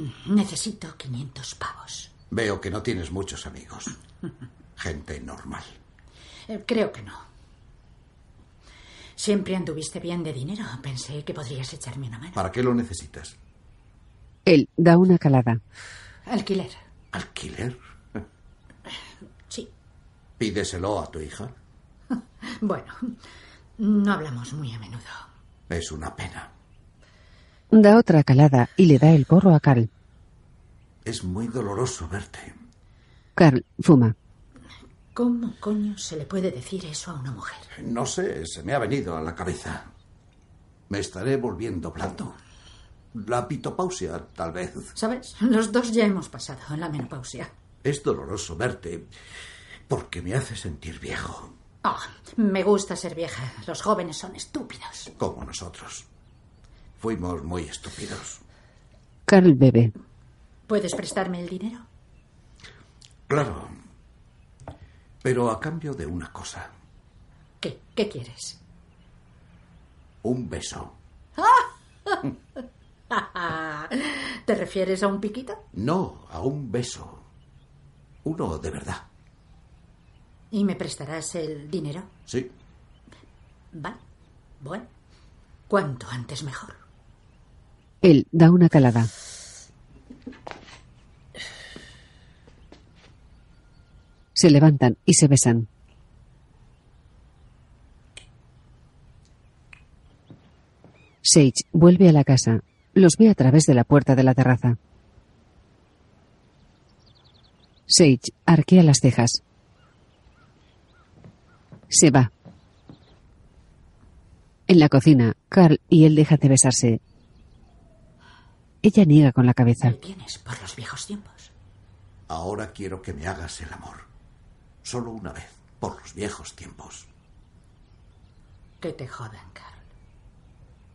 Speaker 3: mm, necesito 500 pavos.
Speaker 12: Veo que no tienes muchos amigos. Gente normal.
Speaker 3: Eh, Creo que no. Siempre anduviste bien de dinero. Pensé que podrías echarme una mano.
Speaker 12: ¿Para qué lo necesitas?
Speaker 1: Él da una calada.
Speaker 3: Alquiler.
Speaker 12: ¿Alquiler?
Speaker 3: Sí.
Speaker 12: Pídeselo a tu hija.
Speaker 3: Bueno, no hablamos muy a menudo.
Speaker 12: Es una pena.
Speaker 1: Da otra calada y le da el porro a Carl.
Speaker 12: Es muy doloroso verte.
Speaker 1: Carl fuma.
Speaker 3: ¿Cómo coño se le puede decir eso a una mujer?
Speaker 12: No sé, se me ha venido a la cabeza. Me estaré volviendo blando. La pitopausia, tal vez.
Speaker 3: ¿Sabes? Los dos ya hemos pasado la menopausia.
Speaker 12: Es doloroso verte porque me hace sentir viejo,
Speaker 3: Ah, me gusta ser vieja. Los jóvenes son estúpidos.
Speaker 12: como nosotros. Fuimos muy estúpidos.
Speaker 1: Carl bebe.
Speaker 3: ¿Puedes prestarme el dinero?
Speaker 12: Claro. Pero a cambio de una cosa,
Speaker 3: ¿Qué? ¿Qué quieres?
Speaker 12: un beso.
Speaker 3: ¿Te refieres a un piquito?
Speaker 12: No, a un beso. Uno de verdad.
Speaker 3: ¿Y me prestarás el dinero?
Speaker 12: Sí,
Speaker 3: Vale. Bueno. Cuanto antes mejor.
Speaker 1: Él da una calada. Se levantan y se besan. Sage vuelve a la casa. Los ve a través de la puerta de la terraza. Sage arquea las cejas. Se va. En la cocina, Carl y él dejan de besarse. Ella niega con la cabeza.
Speaker 3: Tienes por los viejos tiempos.
Speaker 12: ahora quiero que me hagas el amor. Solo una vez, por los viejos tiempos.
Speaker 3: Que te jodan, Carl.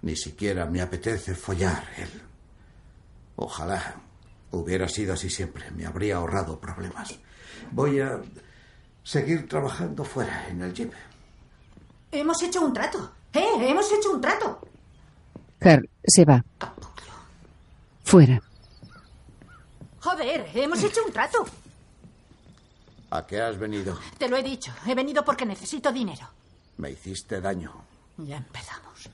Speaker 12: Ni siquiera me apetece follar él. Ojalá hubiera sido así siempre. Me habría ahorrado problemas. Voy a seguir trabajando fuera en el jeep.
Speaker 3: Hemos hecho un trato. ¿Eh? Hemos hecho un trato.
Speaker 1: Carl se va. Fuera.
Speaker 3: Joder, hemos hecho un trato.
Speaker 12: ¿A qué has venido?
Speaker 3: Te lo he dicho. He venido porque necesito dinero.
Speaker 12: Me hiciste daño.
Speaker 3: Ya empezamos.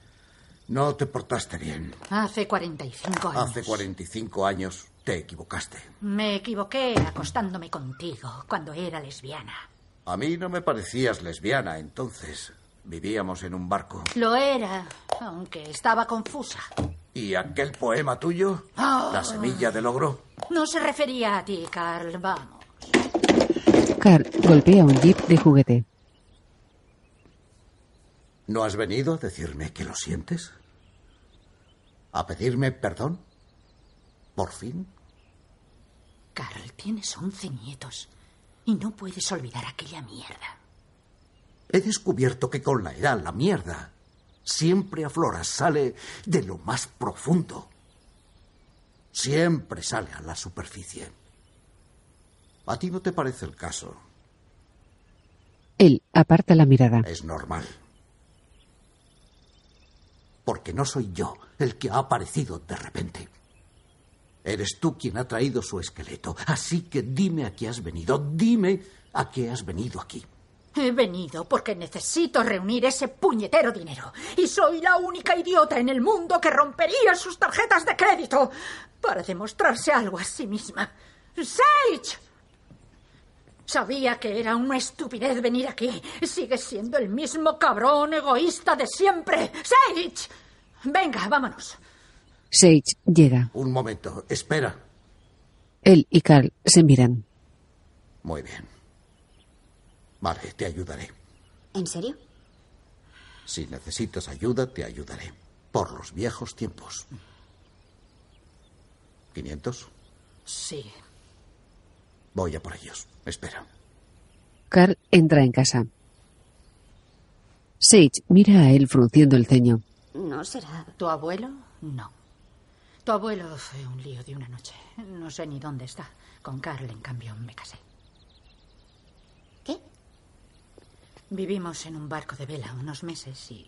Speaker 12: No te portaste bien.
Speaker 3: Hace 45 años.
Speaker 12: Hace 45 años te equivocaste.
Speaker 3: Me equivoqué acostándome contigo cuando era lesbiana.
Speaker 12: A mí no me parecías lesbiana entonces. Vivíamos en un barco.
Speaker 3: Lo era, aunque estaba confusa.
Speaker 12: ¿Y aquel poema tuyo?
Speaker 3: Ah.
Speaker 12: La semilla del logro.
Speaker 3: No se refería a ti, Carl, vamos.
Speaker 1: Carl golpea un jeep de juguete.
Speaker 12: ¿No has venido a decirme que lo sientes? ¿A pedirme perdón? ¿Por fin?
Speaker 3: Carl, tienes 11 nietos y no puedes olvidar aquella mierda.
Speaker 12: He descubierto que con la edad la mierda siempre aflora, sale de lo más profundo. Siempre sale a la superficie. ¿A ti no te parece el caso?
Speaker 1: Él aparta la mirada.
Speaker 12: Es normal. Porque no soy yo el que ha aparecido de repente. Eres tú quien ha traído su esqueleto. Así que dime a qué has venido. Dime a qué has venido aquí.
Speaker 3: He venido porque necesito reunir ese puñetero dinero. Y soy la única idiota en el mundo que rompería sus tarjetas de crédito para demostrarse algo a sí misma. ¡Sage! Sabía que era una estupidez venir aquí. Sigue siendo el mismo cabrón egoísta de siempre. ¡Sage! Venga, vámonos.
Speaker 1: Sage llega.
Speaker 12: Un momento, espera.
Speaker 1: Él y Carl se miran.
Speaker 12: Muy bien. Vale, te ayudaré.
Speaker 4: ¿En serio?
Speaker 12: Si necesitas ayuda, te ayudaré. Por los viejos tiempos. ¿500?
Speaker 3: Sí.
Speaker 12: Voy a por ellos. Espera.
Speaker 1: Carl entra en casa. Sage mira a él frunciendo el ceño.
Speaker 4: No será.
Speaker 3: ¿Tu abuelo? No. Tu abuelo fue un lío de una noche. No sé ni dónde está. Con Carl, en cambio, me casé.
Speaker 4: ¿Qué?
Speaker 3: Vivimos en un barco de vela unos meses y.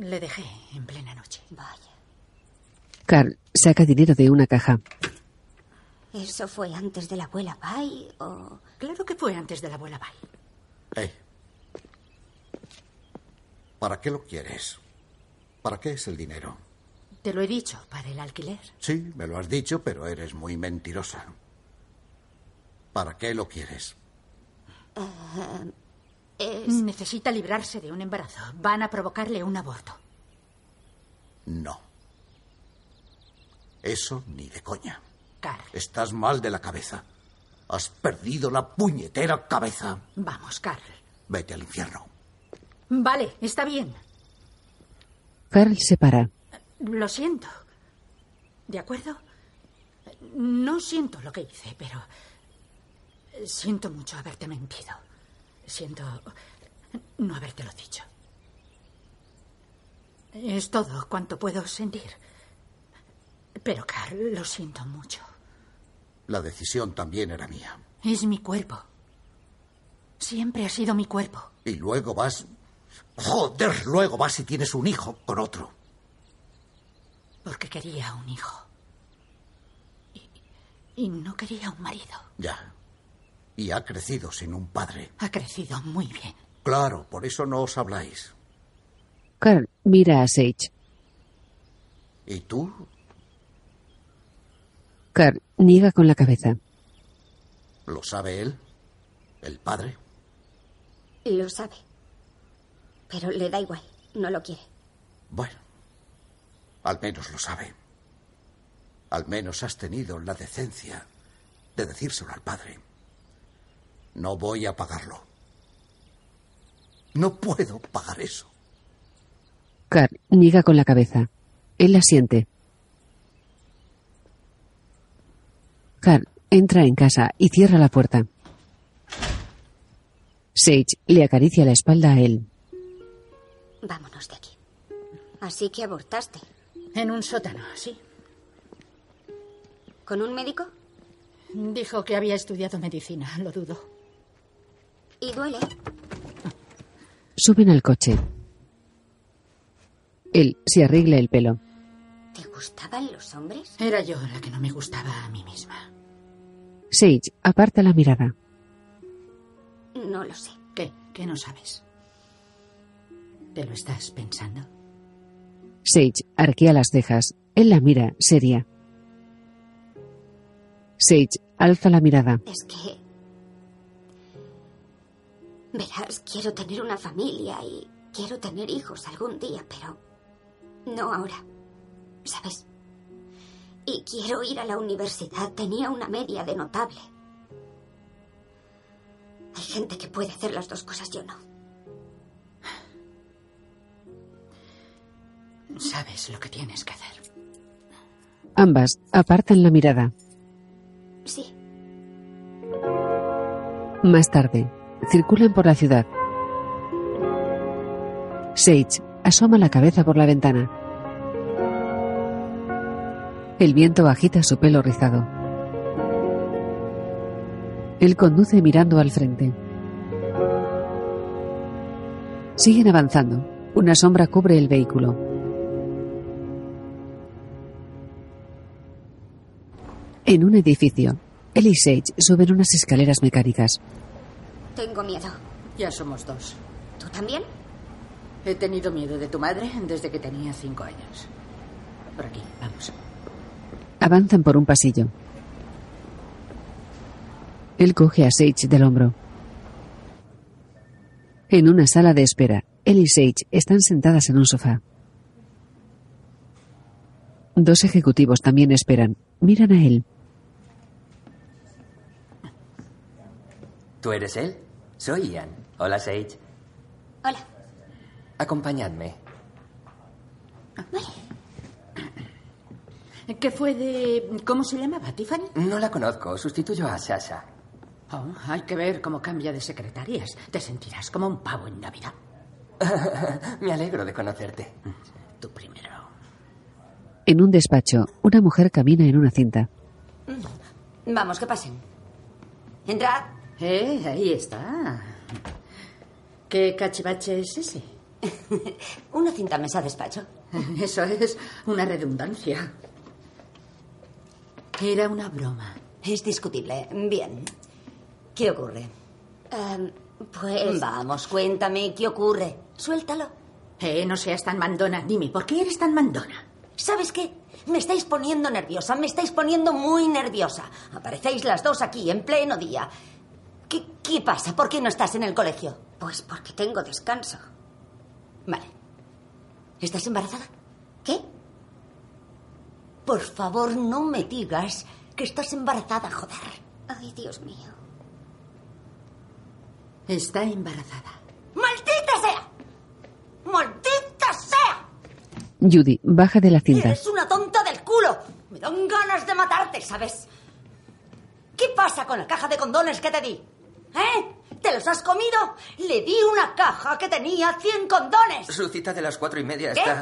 Speaker 3: Le dejé en plena noche.
Speaker 4: Vaya.
Speaker 1: Carl saca dinero de una caja.
Speaker 4: ¿Eso fue antes de la abuela Pai o.?
Speaker 3: Claro que fue antes de la abuela Pai.
Speaker 12: Ey. ¿Para qué lo quieres? ¿Para qué es el dinero?
Speaker 3: Te lo he dicho, para el alquiler.
Speaker 12: Sí, me lo has dicho, pero eres muy mentirosa. ¿Para qué lo quieres?
Speaker 4: Eh,
Speaker 3: Necesita librarse de un embarazo. Van a provocarle un aborto.
Speaker 12: No. Eso ni de coña.
Speaker 3: Carl.
Speaker 12: Estás mal de la cabeza. Has perdido la puñetera cabeza.
Speaker 3: Vamos, Carl.
Speaker 12: Vete al infierno.
Speaker 3: Vale, está bien.
Speaker 1: Carl se para.
Speaker 3: Lo siento. ¿De acuerdo? No siento lo que hice, pero siento mucho haberte mentido. Siento no habértelo dicho. Es todo cuanto puedo sentir. Pero, Carl, lo siento mucho.
Speaker 12: La decisión también era mía.
Speaker 3: Es mi cuerpo. Siempre ha sido mi cuerpo.
Speaker 12: Y luego vas... Joder, luego vas y tienes un hijo con otro.
Speaker 3: Porque quería un hijo. Y, y no quería un marido.
Speaker 12: Ya. Y ha crecido sin un padre.
Speaker 3: Ha crecido muy bien.
Speaker 12: Claro, por eso no os habláis.
Speaker 1: Carl mira a Sage.
Speaker 12: ¿Y tú?
Speaker 1: Carl niega con la cabeza.
Speaker 12: ¿Lo sabe él? ¿El padre?
Speaker 4: Lo sabe. Pero le da igual. No lo quiere.
Speaker 12: Bueno, al menos lo sabe. Al menos has tenido la decencia de decírselo al padre. No voy a pagarlo. No puedo pagar eso.
Speaker 1: Carl niega con la cabeza. Él la siente. Carl entra en casa y cierra la puerta. Sage le acaricia la espalda a él.
Speaker 4: Vámonos de aquí. Así que abortaste.
Speaker 3: En un sótano, sí.
Speaker 4: ¿Con un médico?
Speaker 3: Dijo que había estudiado medicina, lo dudo.
Speaker 4: ¿Y duele?
Speaker 1: Suben al coche. Él se arregla el pelo.
Speaker 4: ¿Te gustaban los hombres?
Speaker 3: Era yo la que no me gustaba a mí misma.
Speaker 1: Sage aparta la mirada.
Speaker 4: No lo sé.
Speaker 3: ¿Qué? ¿Qué no sabes? ¿Te lo estás pensando?
Speaker 1: Sage arquea las cejas. Él la mira, seria. Sage alza la mirada.
Speaker 4: Es que... Verás, quiero tener una familia y quiero tener hijos algún día, pero... No ahora. ¿Sabes? Y quiero ir a la universidad. Tenía una media de notable. Hay gente que puede hacer las dos cosas, yo no.
Speaker 3: Sabes lo que tienes que hacer.
Speaker 1: Ambas apartan la mirada.
Speaker 4: Sí.
Speaker 1: Más tarde, circulan por la ciudad. Sage asoma la cabeza por la ventana. El viento agita su pelo rizado. Él conduce mirando al frente. Siguen avanzando. Una sombra cubre el vehículo. En un edificio, él y Sage suben unas escaleras mecánicas.
Speaker 4: Tengo miedo.
Speaker 3: Ya somos dos.
Speaker 4: ¿Tú también?
Speaker 3: He tenido miedo de tu madre desde que tenía cinco años. Por aquí, vamos.
Speaker 1: Avanzan por un pasillo. Él coge a Sage del hombro. En una sala de espera, él y Sage están sentadas en un sofá. Dos ejecutivos también esperan. Miran a él.
Speaker 6: ¿Tú eres él? Soy Ian. Hola, Sage.
Speaker 4: Hola.
Speaker 6: Acompañadme.
Speaker 3: ¿Qué fue de... ¿Cómo se llamaba, Tiffany?
Speaker 6: No la conozco. Sustituyo a Sasha.
Speaker 3: Mm. Oh, hay que ver cómo cambia de secretarias. Te sentirás como un pavo en Navidad.
Speaker 6: Me alegro de conocerte.
Speaker 3: Tú primero.
Speaker 1: En un despacho, una mujer camina en una cinta.
Speaker 9: Vamos, que pasen. Entrad.
Speaker 3: Eh, ahí está. ¿Qué cachivache es ese?
Speaker 9: una cinta mesa despacho.
Speaker 3: Eso es una redundancia. Era una broma.
Speaker 9: Es discutible. Bien. ¿Qué ocurre?
Speaker 3: Em,
Speaker 4: Um, pues.
Speaker 9: Vamos, cuéntame, ¿qué ocurre?
Speaker 4: Suéltalo.
Speaker 3: Eh, no seas tan mandona, Nimi. ¿Por qué eres tan mandona?
Speaker 9: ¿Sabes qué? Me estáis poniendo nerviosa, me estáis poniendo muy nerviosa. Aparecéis las dos aquí en pleno día. ¿Qué, qué pasa? ¿Por qué no estás en el colegio?
Speaker 4: Pues porque tengo descanso.
Speaker 9: Vale. ¿Estás embarazada?
Speaker 4: ¿Qué?
Speaker 9: Por favor, no me digas que estás embarazada, joder.
Speaker 4: Ay, Dios mío.
Speaker 3: Está embarazada.
Speaker 9: ¡Maldita sea! ¡Maldita sea!
Speaker 1: Judy, baja de la cinta.
Speaker 9: Eres una tonta del culo. Me dan ganas de matarte, ¿sabes? ¿Qué pasa con la caja de condones que te di? ¿Eh? ¿Te los has comido? Le di una caja que tenía 100 condones.
Speaker 6: Su cita de las cuatro y media está...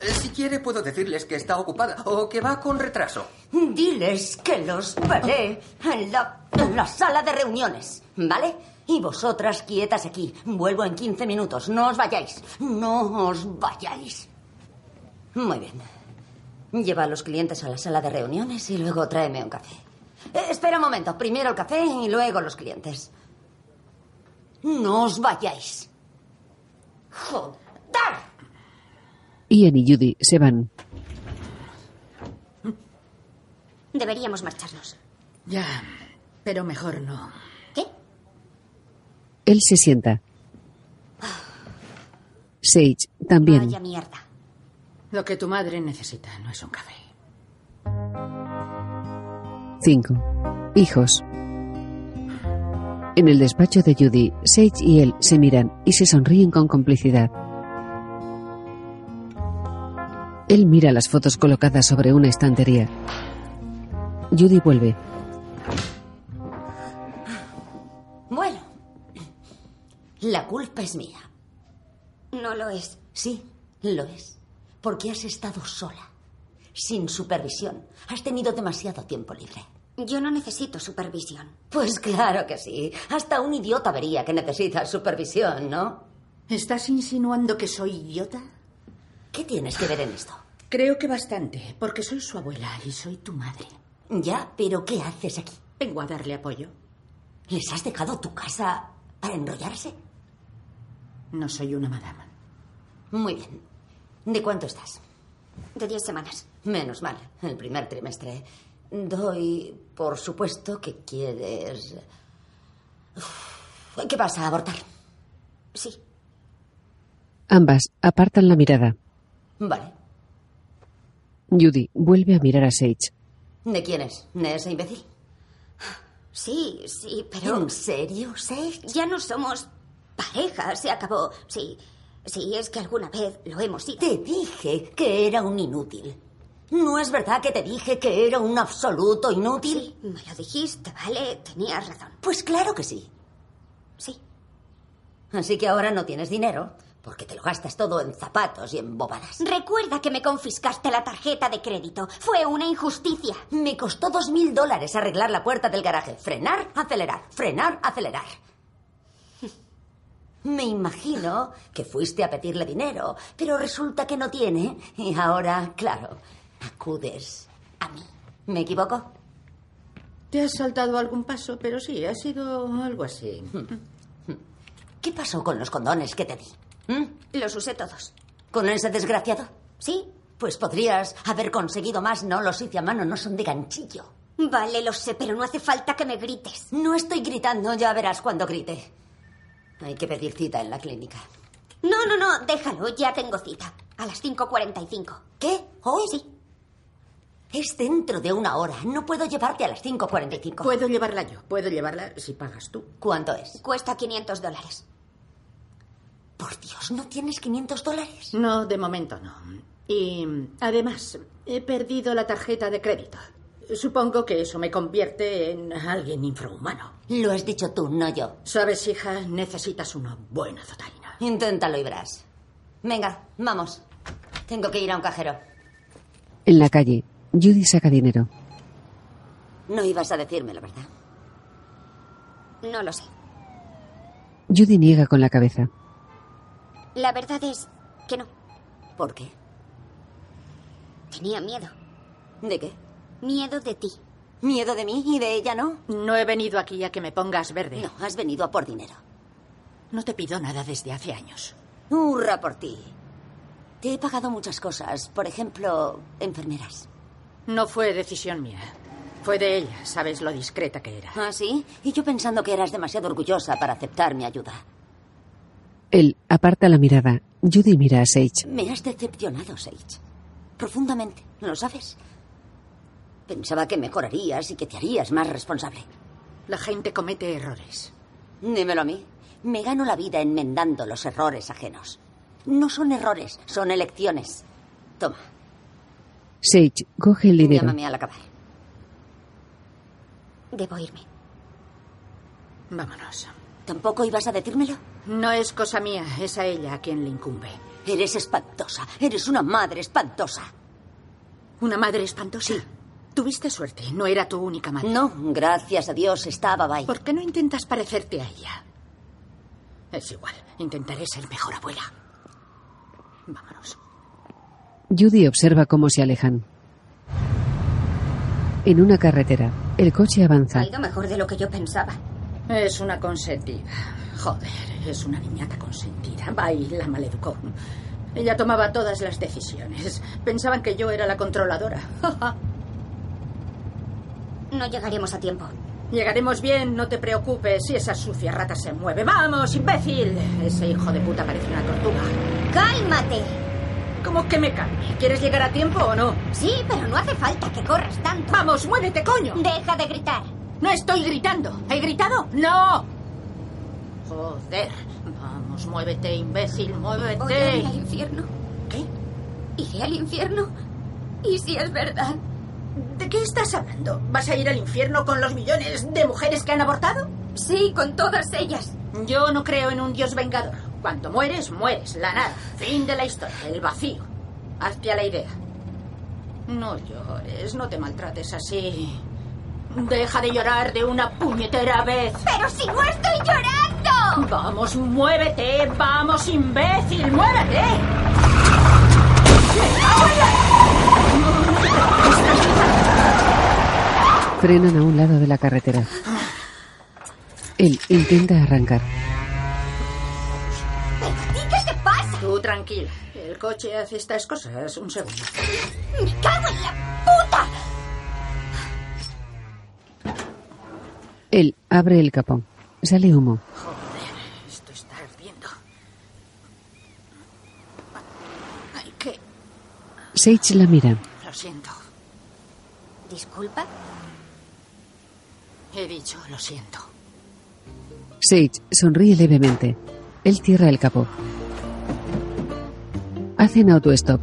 Speaker 6: Eh, Si quiere, puedo decirles que está ocupada o que va con retraso.
Speaker 9: Diles que los veré en la, en la sala de reuniones, ¿vale? Y vosotras quietas aquí. Vuelvo en 15 minutos. No os vayáis. No os vayáis. Muy bien. Lleva a los clientes a la sala de reuniones y luego tráeme un café. Eh, espera un momento. Primero el café y luego los clientes. No os vayáis. ¡Joder!
Speaker 1: Ian y Judy se van.
Speaker 4: Deberíamos marcharnos.
Speaker 3: Ya, pero mejor no.
Speaker 1: Él se sienta. Sage también.
Speaker 4: Vaya mierda.
Speaker 3: Lo que tu madre necesita no es un café.
Speaker 1: 5. Hijos. En el despacho de Judy, Sage y él se miran y se sonríen con complicidad. Él mira las fotos colocadas sobre una estantería. Judy vuelve.
Speaker 9: Bueno, la culpa es mía.
Speaker 4: No lo es.
Speaker 9: Sí, lo es. Porque has estado sola, sin supervisión. Has tenido demasiado tiempo libre.
Speaker 4: Yo no necesito supervisión.
Speaker 9: Pues claro que sí. Hasta un idiota vería que necesita supervisión, ¿no?
Speaker 3: ¿Estás insinuando que soy idiota?
Speaker 9: ¿Qué tienes que ver en esto?
Speaker 3: Creo que bastante, porque soy su abuela y soy tu madre.
Speaker 9: Ya, pero ¿qué haces aquí?
Speaker 3: Vengo a darle apoyo.
Speaker 9: ¿Les has dejado tu casa para enrollarse?
Speaker 3: No soy una madama.
Speaker 9: Muy bien. ¿De cuánto estás?
Speaker 4: De diez semanas.
Speaker 9: Menos mal, el primer trimestre. Doy por supuesto que quieres... Uf, ¿Qué pasa? ¿Abortar?
Speaker 4: Sí.
Speaker 1: Ambas apartan la mirada.
Speaker 9: Vale.
Speaker 1: Judy vuelve a mirar a Sage.
Speaker 9: ¿De quién es? ¿De ese imbécil?
Speaker 4: Sí, sí, pero...
Speaker 9: ¿En serio, Sage?
Speaker 4: Ya no somos pareja, se acabó. Sí, sí, es que alguna vez lo hemos sido.
Speaker 9: Te dije que era un inútil. ¿No es verdad que te dije que era un absoluto inútil?
Speaker 4: Sí, me lo dijiste, ¿vale? Tenías razón.
Speaker 9: Pues claro que sí.
Speaker 4: Sí.
Speaker 9: Así que ahora no tienes dinero, porque te lo gastas todo en zapatos y en bobadas.
Speaker 4: Recuerda que me confiscaste la tarjeta de crédito. Fue una injusticia.
Speaker 9: Me costó dos mil dólares arreglar la puerta del garaje. Frenar, acelerar, frenar, acelerar. Me imagino que fuiste a pedirle dinero, pero resulta que no tiene. Y ahora, claro, acudes a mí. ¿Me equivoco?
Speaker 3: Te has saltado algún paso, pero sí, ha sido algo así.
Speaker 9: ¿Qué pasó con los condones que te di? ¿Mm?
Speaker 4: Los usé todos.
Speaker 9: ¿Con ese desgraciado?
Speaker 4: Sí.
Speaker 9: Pues podrías haber conseguido más. No los hice a mano, no son de ganchillo.
Speaker 4: Vale, lo sé, pero no hace falta que me grites.
Speaker 9: No estoy gritando, ya verás cuando grite. Hay que pedir cita en la clínica.
Speaker 4: No, no, no, déjalo, ya tengo cita. A las 5.45.
Speaker 9: ¿Qué?
Speaker 4: ¿Hoy? Sí.
Speaker 9: Es dentro de una hora. No puedo llevarte a las 5.45.
Speaker 4: Pues
Speaker 3: Puedo llevarla yo. Puedo llevarla si pagas tú.
Speaker 9: ¿Cuánto es?
Speaker 4: Cuesta 500 dólares.
Speaker 9: Por Dios, ¿no tienes 500 dólares?
Speaker 3: No, de momento no. Y además, he perdido la tarjeta de crédito. Supongo que eso me convierte en alguien infrahumano.
Speaker 9: Lo has dicho tú, no yo.
Speaker 3: Sabes, hija, necesitas una buena totalina.
Speaker 9: Inténtalo y verás. Venga, vamos. Tengo que ir a un cajero.
Speaker 1: En la calle, Judy saca dinero.
Speaker 9: No ibas a decírmelo, ¿verdad?
Speaker 4: No lo sé.
Speaker 1: Judy niega con la cabeza.
Speaker 4: La verdad es que no.
Speaker 9: ¿Por qué?
Speaker 4: Tenía miedo.
Speaker 9: ¿De qué?
Speaker 4: Miedo de ti.
Speaker 9: ¿Miedo de mí y de ella no?
Speaker 3: No he venido aquí a que me pongas verde.
Speaker 9: No, has venido a por dinero.
Speaker 3: No te pido nada desde hace años.
Speaker 9: ¡Hurra por ti! Te he pagado muchas cosas, por ejemplo, enfermeras.
Speaker 3: No fue decisión mía. Fue de ella, sabes lo discreta que era.
Speaker 9: ¿Ah, sí? Y yo pensando que eras demasiado orgullosa para aceptar mi ayuda.
Speaker 1: Él aparta la mirada. Judy mira a Sage.
Speaker 9: Me has decepcionado, Sage. Profundamente, ¿lo sabes? Pensaba que mejorarías y que te harías más responsable.
Speaker 3: La gente comete errores.
Speaker 9: Dímelo a mí. Me gano la vida enmendando los errores ajenos. No son errores, son elecciones. Toma.
Speaker 1: Sage, coge el dinero.
Speaker 9: Llámame al acabar.
Speaker 4: Debo irme.
Speaker 3: Vámonos.
Speaker 9: ¿Tampoco ibas a decírmelo?
Speaker 3: No es cosa mía, es a ella a quien le incumbe.
Speaker 9: Eres espantosa, eres una madre espantosa.
Speaker 3: ¿Una madre espantosa? Sí. Tuviste suerte, no era tu única madre.
Speaker 9: No, gracias a Dios estaba Bay.
Speaker 3: ¿Por qué no intentas parecerte a ella? Es igual, intentaré ser mejor abuela. Vámonos.
Speaker 1: Judy observa cómo se alejan. En una carretera, el coche avanza.
Speaker 4: Ha ido mejor de lo que yo pensaba.
Speaker 3: Es una consentida. Joder, es una niñata consentida. Bay la maleducó. Ella tomaba todas las decisiones. Pensaban que yo era la controladora.
Speaker 4: No llegaremos a tiempo.
Speaker 3: Llegaremos bien, no te preocupes si esa sucia rata se mueve. ¡Vamos, imbécil! Ese hijo de puta parece una tortuga.
Speaker 4: ¡Cálmate!
Speaker 3: ¿Cómo que me calme? ¿Quieres llegar a tiempo o no?
Speaker 4: Sí, pero no hace falta que corras tanto.
Speaker 3: ¡Vamos, muévete, coño!
Speaker 4: Deja de gritar.
Speaker 3: No estoy gritando. ¿He gritado? ¡No! Joder. Vamos, muévete, imbécil, muévete. Voy
Speaker 4: a ir al infierno.
Speaker 3: ¿Qué?
Speaker 4: Iré al infierno. ¿Y si es verdad?
Speaker 3: ¿De qué estás hablando? ¿Vas a ir al infierno con los millones de mujeres que han abortado?
Speaker 4: Sí, con todas ellas.
Speaker 3: Yo no creo en un dios vengador. Cuando mueres, mueres. La nada. Fin de la historia. El vacío. Hazte a la idea. No llores, no te maltrates así. Deja de llorar de una puñetera vez.
Speaker 4: ¡Pero si no estoy llorando!
Speaker 3: Vamos, muévete. Vamos, imbécil. Muévete.
Speaker 1: Frenan a un lado de la carretera. Él intenta arrancar.
Speaker 4: ¿Y qué te pasa?
Speaker 3: Tú tranquila. El coche hace estas cosas. Un segundo.
Speaker 4: ¡Me cago en la puta!
Speaker 1: Él abre el capón. Sale humo.
Speaker 3: Joder, esto está ardiendo. Hay que.
Speaker 1: Sage la mira.
Speaker 3: Lo siento.
Speaker 4: ¿Disculpa?
Speaker 3: He dicho, lo siento.
Speaker 1: Sage sonríe levemente. Él cierra el capó. Hacen autostop.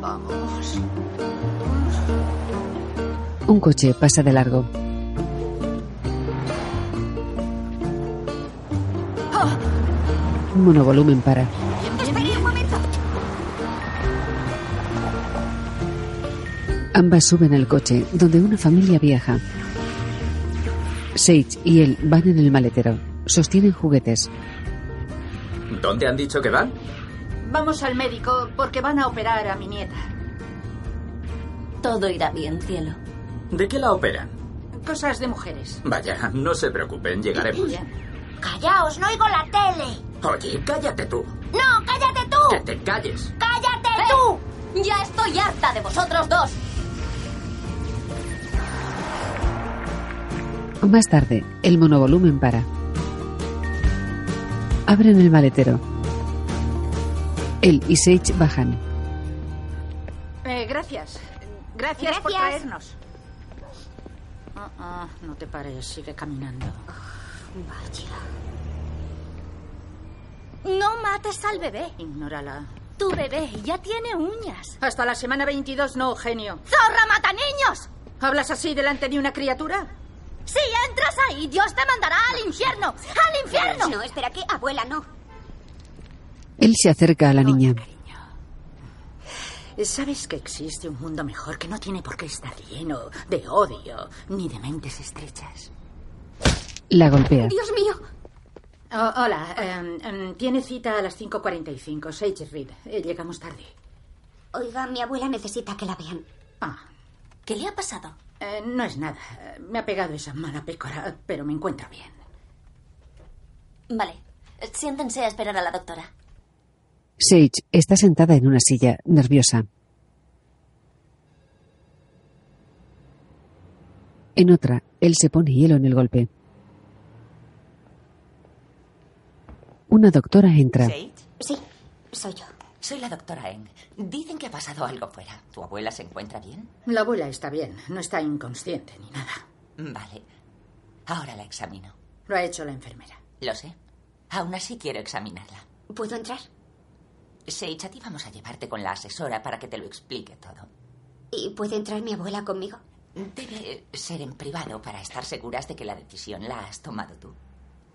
Speaker 3: Vamos.
Speaker 1: Un coche pasa de largo. Un monovolumen para.
Speaker 4: Ah. Espere un momento.
Speaker 1: Ambas suben al coche, donde una familia viaja. Sage y él van en el maletero. Sostienen juguetes.
Speaker 13: ¿Dónde han dicho que van?
Speaker 3: Vamos al médico porque van a operar a mi nieta.
Speaker 14: Todo irá bien, cielo.
Speaker 13: ¿De qué la operan?
Speaker 3: Cosas de mujeres.
Speaker 13: Vaya, no se preocupen, llegaremos.
Speaker 14: Callaos, no oigo la tele.
Speaker 5: Oye, cállate tú.
Speaker 15: ¡No, cállate tú!
Speaker 5: Que te calles.
Speaker 15: ¡Cállate tú! Ya estoy harta de vosotros dos.
Speaker 1: Más tarde, el monovolumen para. Abren el maletero. Él y Sage bajan.
Speaker 3: Eh, gracias. gracias. por
Speaker 16: Gracias.
Speaker 3: traernos. Ah, ah, no te pares, sigue caminando. Vaya.
Speaker 16: No mates al bebé.
Speaker 3: Ignórala.
Speaker 16: Tu bebé ya tiene uñas.
Speaker 3: Hasta la semana 22 no, genio.
Speaker 16: ¡Zorra mata niños!
Speaker 3: ¿Hablas así delante de una criatura?
Speaker 16: Si entras ahí, Dios te mandará al infierno. ¡Al infierno! No, espera, que abuela no.
Speaker 1: Él se acerca a la niña.
Speaker 3: ¿Sabes que existe un mundo mejor que no tiene por qué estar lleno de odio ni de mentes estrechas?
Speaker 1: La golpea.
Speaker 3: Dios mío.
Speaker 16: Oh,
Speaker 3: hola, em, em, tiene cita a las 5.45, Sage Reed. Eh, llegamos tarde.
Speaker 4: Oiga, mi abuela necesita que la vean.
Speaker 3: Ah. ¿Qué le ha pasado? no es nada. Eh, Me ha pegado esa mala pécora, pero me encuentro bien.
Speaker 15: Vale. Siéntense a esperar a la doctora.
Speaker 1: Sage está sentada en una silla, nerviosa. En otra, él se pone hielo en el golpe. Una doctora entra.
Speaker 17: Sí, soy yo. Soy la doctora Eng. Dicen que ha pasado algo fuera. ¿Tu abuela se encuentra bien?
Speaker 3: La abuela está bien, no está inconsciente ni nada.
Speaker 17: Vale. Ahora la examino.
Speaker 3: Lo ha hecho la enfermera.
Speaker 17: Lo sé. Aún así quiero examinarla.
Speaker 4: ¿Puedo entrar?
Speaker 17: Sage, a ti vamos a llevarte con la asesora para que te lo explique todo.
Speaker 4: ¿Y puede entrar mi abuela conmigo?
Speaker 17: Debe ser en privado para estar seguras de que la decisión la has tomado tú.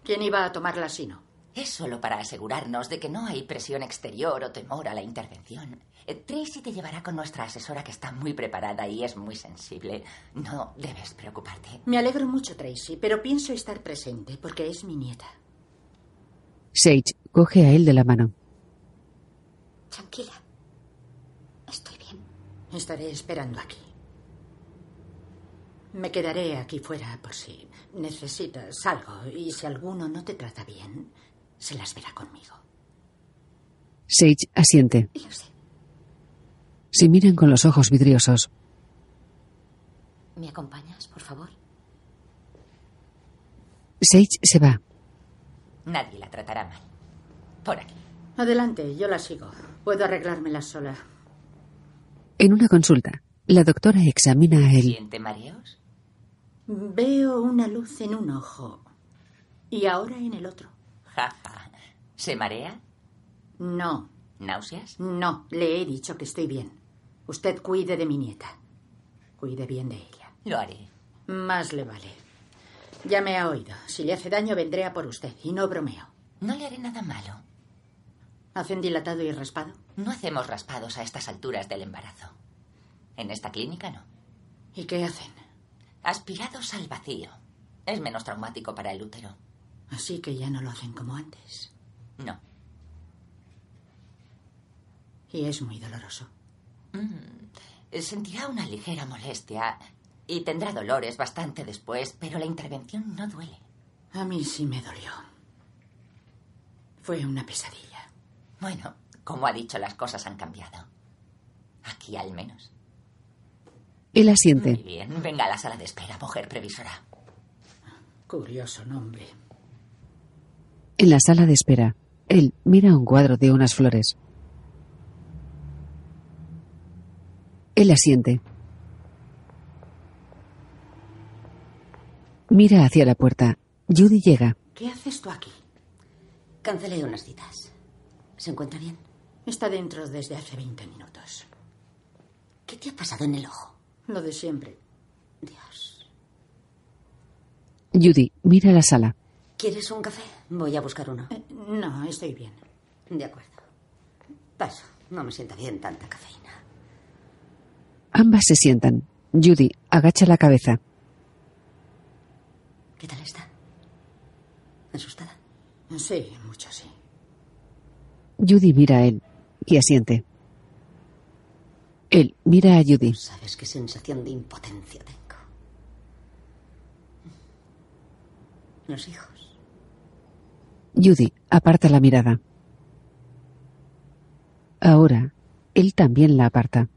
Speaker 3: ¿Quién iba a tomarla si no?
Speaker 17: Es solo para asegurarnos de que no hay presión exterior o temor a la intervención. Eh, Tracy te llevará con nuestra asesora que está muy preparada y es muy sensible. No debes preocuparte.
Speaker 3: Me alegro mucho, Tracy, pero pienso estar presente porque es mi nieta.
Speaker 1: Sage coge a él de la mano.
Speaker 4: Tranquila.
Speaker 3: Estaré esperando aquí. Me quedaré aquí fuera por si necesitas algo y si alguno no te trata bien, se las verá conmigo.
Speaker 1: Sage asiente. Se miran con los ojos vidriosos.
Speaker 17: ¿Me acompañas, por favor?
Speaker 1: Sage se va.
Speaker 17: Nadie la tratará mal. Por aquí.
Speaker 3: Adelante, yo la sigo. Puedo arreglármela sola.
Speaker 1: En una consulta, la doctora examina a él.
Speaker 17: ¿Te mareos?
Speaker 3: Veo una luz en un ojo y ahora en el otro.
Speaker 17: Jaja. ¿Se marea?
Speaker 3: No,
Speaker 17: ¿Náuseas?
Speaker 3: no, le he dicho que estoy bien. Usted cuide de mi nieta. Cuide bien de ella.
Speaker 17: Lo haré.
Speaker 3: Más le vale. Ya me ha oído. Si le hace daño, vendré a por usted. Y no bromeo.
Speaker 17: No le haré nada malo.
Speaker 3: ¿Hacen dilatado y raspado?
Speaker 17: No hacemos raspados a estas alturas del embarazo. En esta clínica no.
Speaker 3: ¿Y qué hacen?
Speaker 17: Aspirados al vacío. Es menos traumático para el útero.
Speaker 3: Así que ya no lo hacen como antes.
Speaker 17: No.
Speaker 3: Y es muy doloroso.
Speaker 17: Mm, Sentirá una ligera molestia y tendrá dolores bastante después, pero la intervención no duele.
Speaker 3: A mí sí me dolió. Fue una pesadilla.
Speaker 17: Bueno, como ha dicho, las cosas han cambiado. Aquí al menos.
Speaker 1: Él
Speaker 17: Muy
Speaker 1: asiente.
Speaker 17: bien, venga a la sala de espera, mujer previsora.
Speaker 3: Curioso nombre.
Speaker 1: En la sala de espera, él mira un cuadro de unas flores. Él asiente. Mira hacia la puerta. Judy llega.
Speaker 3: ¿Qué haces tú aquí?
Speaker 9: Cancelé unas citas. ¿Se encuentra bien?
Speaker 3: Está dentro desde hace 20 minutos.
Speaker 9: ¿Qué te ha pasado en el ojo?
Speaker 3: Lo de siempre.
Speaker 1: Judy mira la sala.
Speaker 9: ¿Quieres un café? Voy a buscar uno.
Speaker 3: Eh, No, estoy bien.
Speaker 9: De acuerdo. Paso. No me sienta bien tanta cafeína.
Speaker 1: Ambas se sientan. Judy agacha la cabeza.
Speaker 9: ¿Qué tal está? ¿Asustada?
Speaker 3: Sí, mucho sí.
Speaker 1: Judy mira a él y asiente. Él mira a Judy.
Speaker 9: ¿Sabes qué sensación de impotencia tengo? Los hijos.
Speaker 1: Judy aparta la mirada. Ahora, él también la aparta.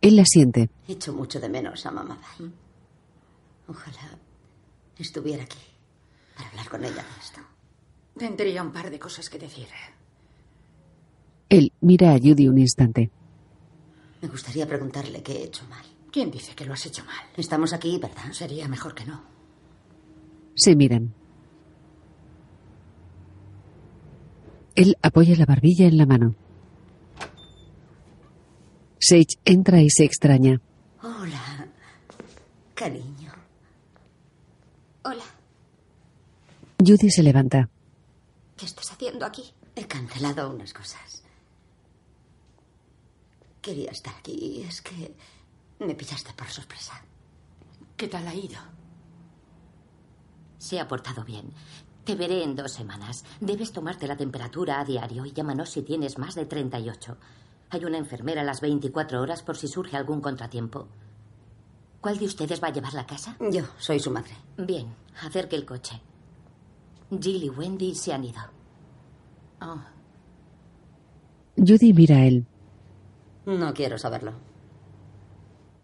Speaker 1: Él la siente.
Speaker 9: Echo mucho de menos a mamá.
Speaker 3: Mm.
Speaker 9: Val. Ojalá estuviera aquí para hablar con ella de esto.
Speaker 3: Tendría un par de cosas que decir.
Speaker 1: Él mira a Judy un instante.
Speaker 9: Me gustaría preguntarle qué he hecho mal.
Speaker 3: ¿Quién dice que lo has hecho mal?
Speaker 9: Estamos aquí, ¿verdad?
Speaker 3: Sería mejor que no.
Speaker 1: Se miran. Él apoya la barbilla en la mano. Sage entra y se extraña.
Speaker 9: Hola, cariño.
Speaker 4: Hola,
Speaker 1: Judy se levanta.
Speaker 4: ¿qué estás haciendo aquí?
Speaker 9: He cancelado unas cosas. Quería estar aquí, es que me pillaste por sorpresa.
Speaker 3: ¿Qué tal ha ido?
Speaker 18: Se ha portado bien. Te veré en dos semanas. Debes tomarte la temperatura a diario y llámanos si tienes más de 38. Hay una enfermera a las 24 horas por si surge algún contratiempo. ¿Cuál de ustedes va a llevar la casa?
Speaker 9: Yo soy su madre.
Speaker 18: Bien, acerque el coche. Jill y Wendy se han ido.
Speaker 3: Oh,
Speaker 1: Judy mira a él.
Speaker 9: No quiero saberlo.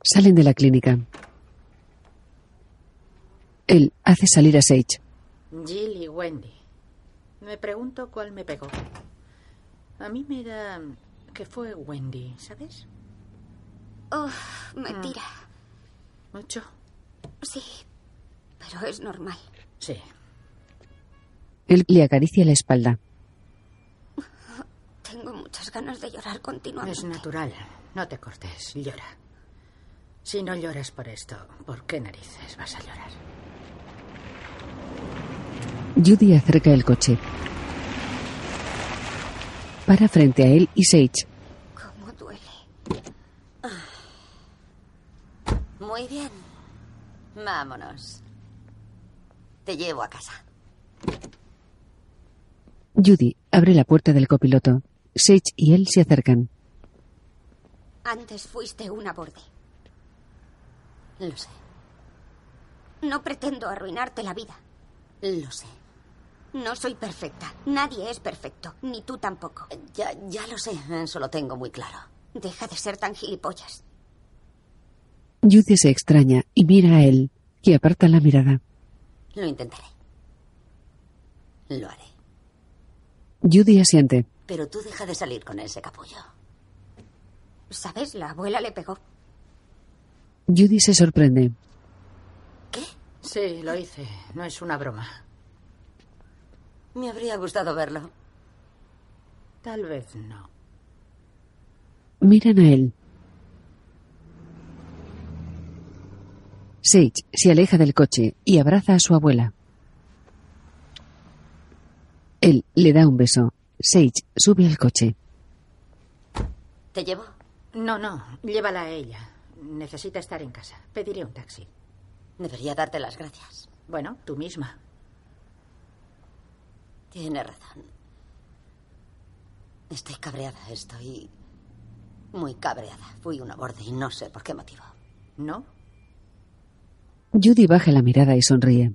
Speaker 1: Salen de la clínica. Él hace salir a Sage.
Speaker 3: Jill y Wendy. Me pregunto cuál me pegó. A mí me da que fue Wendy, ¿sabes?
Speaker 4: Oh, me tira.
Speaker 3: Mucho.
Speaker 4: Sí, pero es normal.
Speaker 3: Sí.
Speaker 1: Él le acaricia la espalda.
Speaker 4: Tengo muchas ganas de llorar
Speaker 3: Es
Speaker 4: continuamente.
Speaker 3: natural. No te cortes. Llora. Si no lloras por esto, ¿por qué narices vas a llorar?
Speaker 1: Judy acerca el coche. Para frente a él y Sage.
Speaker 4: ¿Cómo duele? Ah.
Speaker 9: Muy bien. Vámonos. Te llevo a casa.
Speaker 1: Judy abre la puerta del copiloto. Sage y él se acercan.
Speaker 4: Antes fuiste una borde.
Speaker 9: Lo sé,
Speaker 4: No pretendo arruinarte la vida.
Speaker 9: lo sé.
Speaker 4: No soy perfecta. Nadie es perfecto, ni tú tampoco.
Speaker 9: Ya, ya lo sé, eso lo tengo muy claro.
Speaker 4: Deja de ser tan gilipollas.
Speaker 1: Judy se extraña y mira a él, que aparta la mirada.
Speaker 9: Lo intentaré. Lo haré.
Speaker 1: Judy asiente.
Speaker 9: Pero tú deja de salir con ese capullo.
Speaker 4: ¿Sabes? La abuela le pegó.
Speaker 1: Judy se sorprende.
Speaker 3: Sí, lo hice. No es una broma.
Speaker 9: Me habría gustado verlo.
Speaker 3: Tal vez no.
Speaker 1: Miran a él. Sage se aleja del coche y abraza a su abuela. Él le da un beso. Sage sube al coche.
Speaker 9: ¿Te llevo?
Speaker 3: No, no. Llévala a ella. Necesita estar en casa. Pediré un taxi.
Speaker 9: Debería darte las gracias.
Speaker 3: Bueno, tú misma.
Speaker 9: Tienes razón. Estoy cabreada, estoy muy cabreada. Fui una borde y no sé por qué motivo.
Speaker 3: ¿No?
Speaker 1: Judy baja la mirada y sonríe.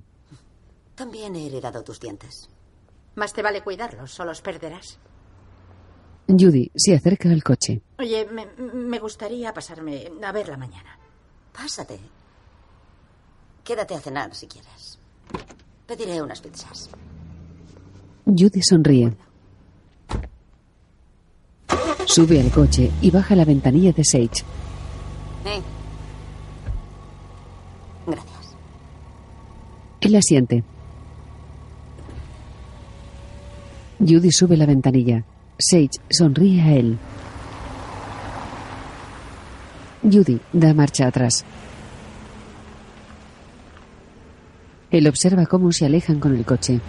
Speaker 9: También he heredado tus dientes.
Speaker 3: Más te vale cuidarlos o los perderás.
Speaker 1: Judy se acerca al coche.
Speaker 3: Oye, me, me gustaría pasarme a verla mañana.
Speaker 9: Pásate. Quédate a cenar si quieres. Pediré unas pizzas.
Speaker 1: Judy sonríe. Sube al coche y baja la ventanilla de Sage.
Speaker 9: ¿Eh?
Speaker 1: Él asiente. Judy sube la ventanilla. Sage sonríe a él. Judy da marcha atrás. Él observa cómo se alejan con el coche.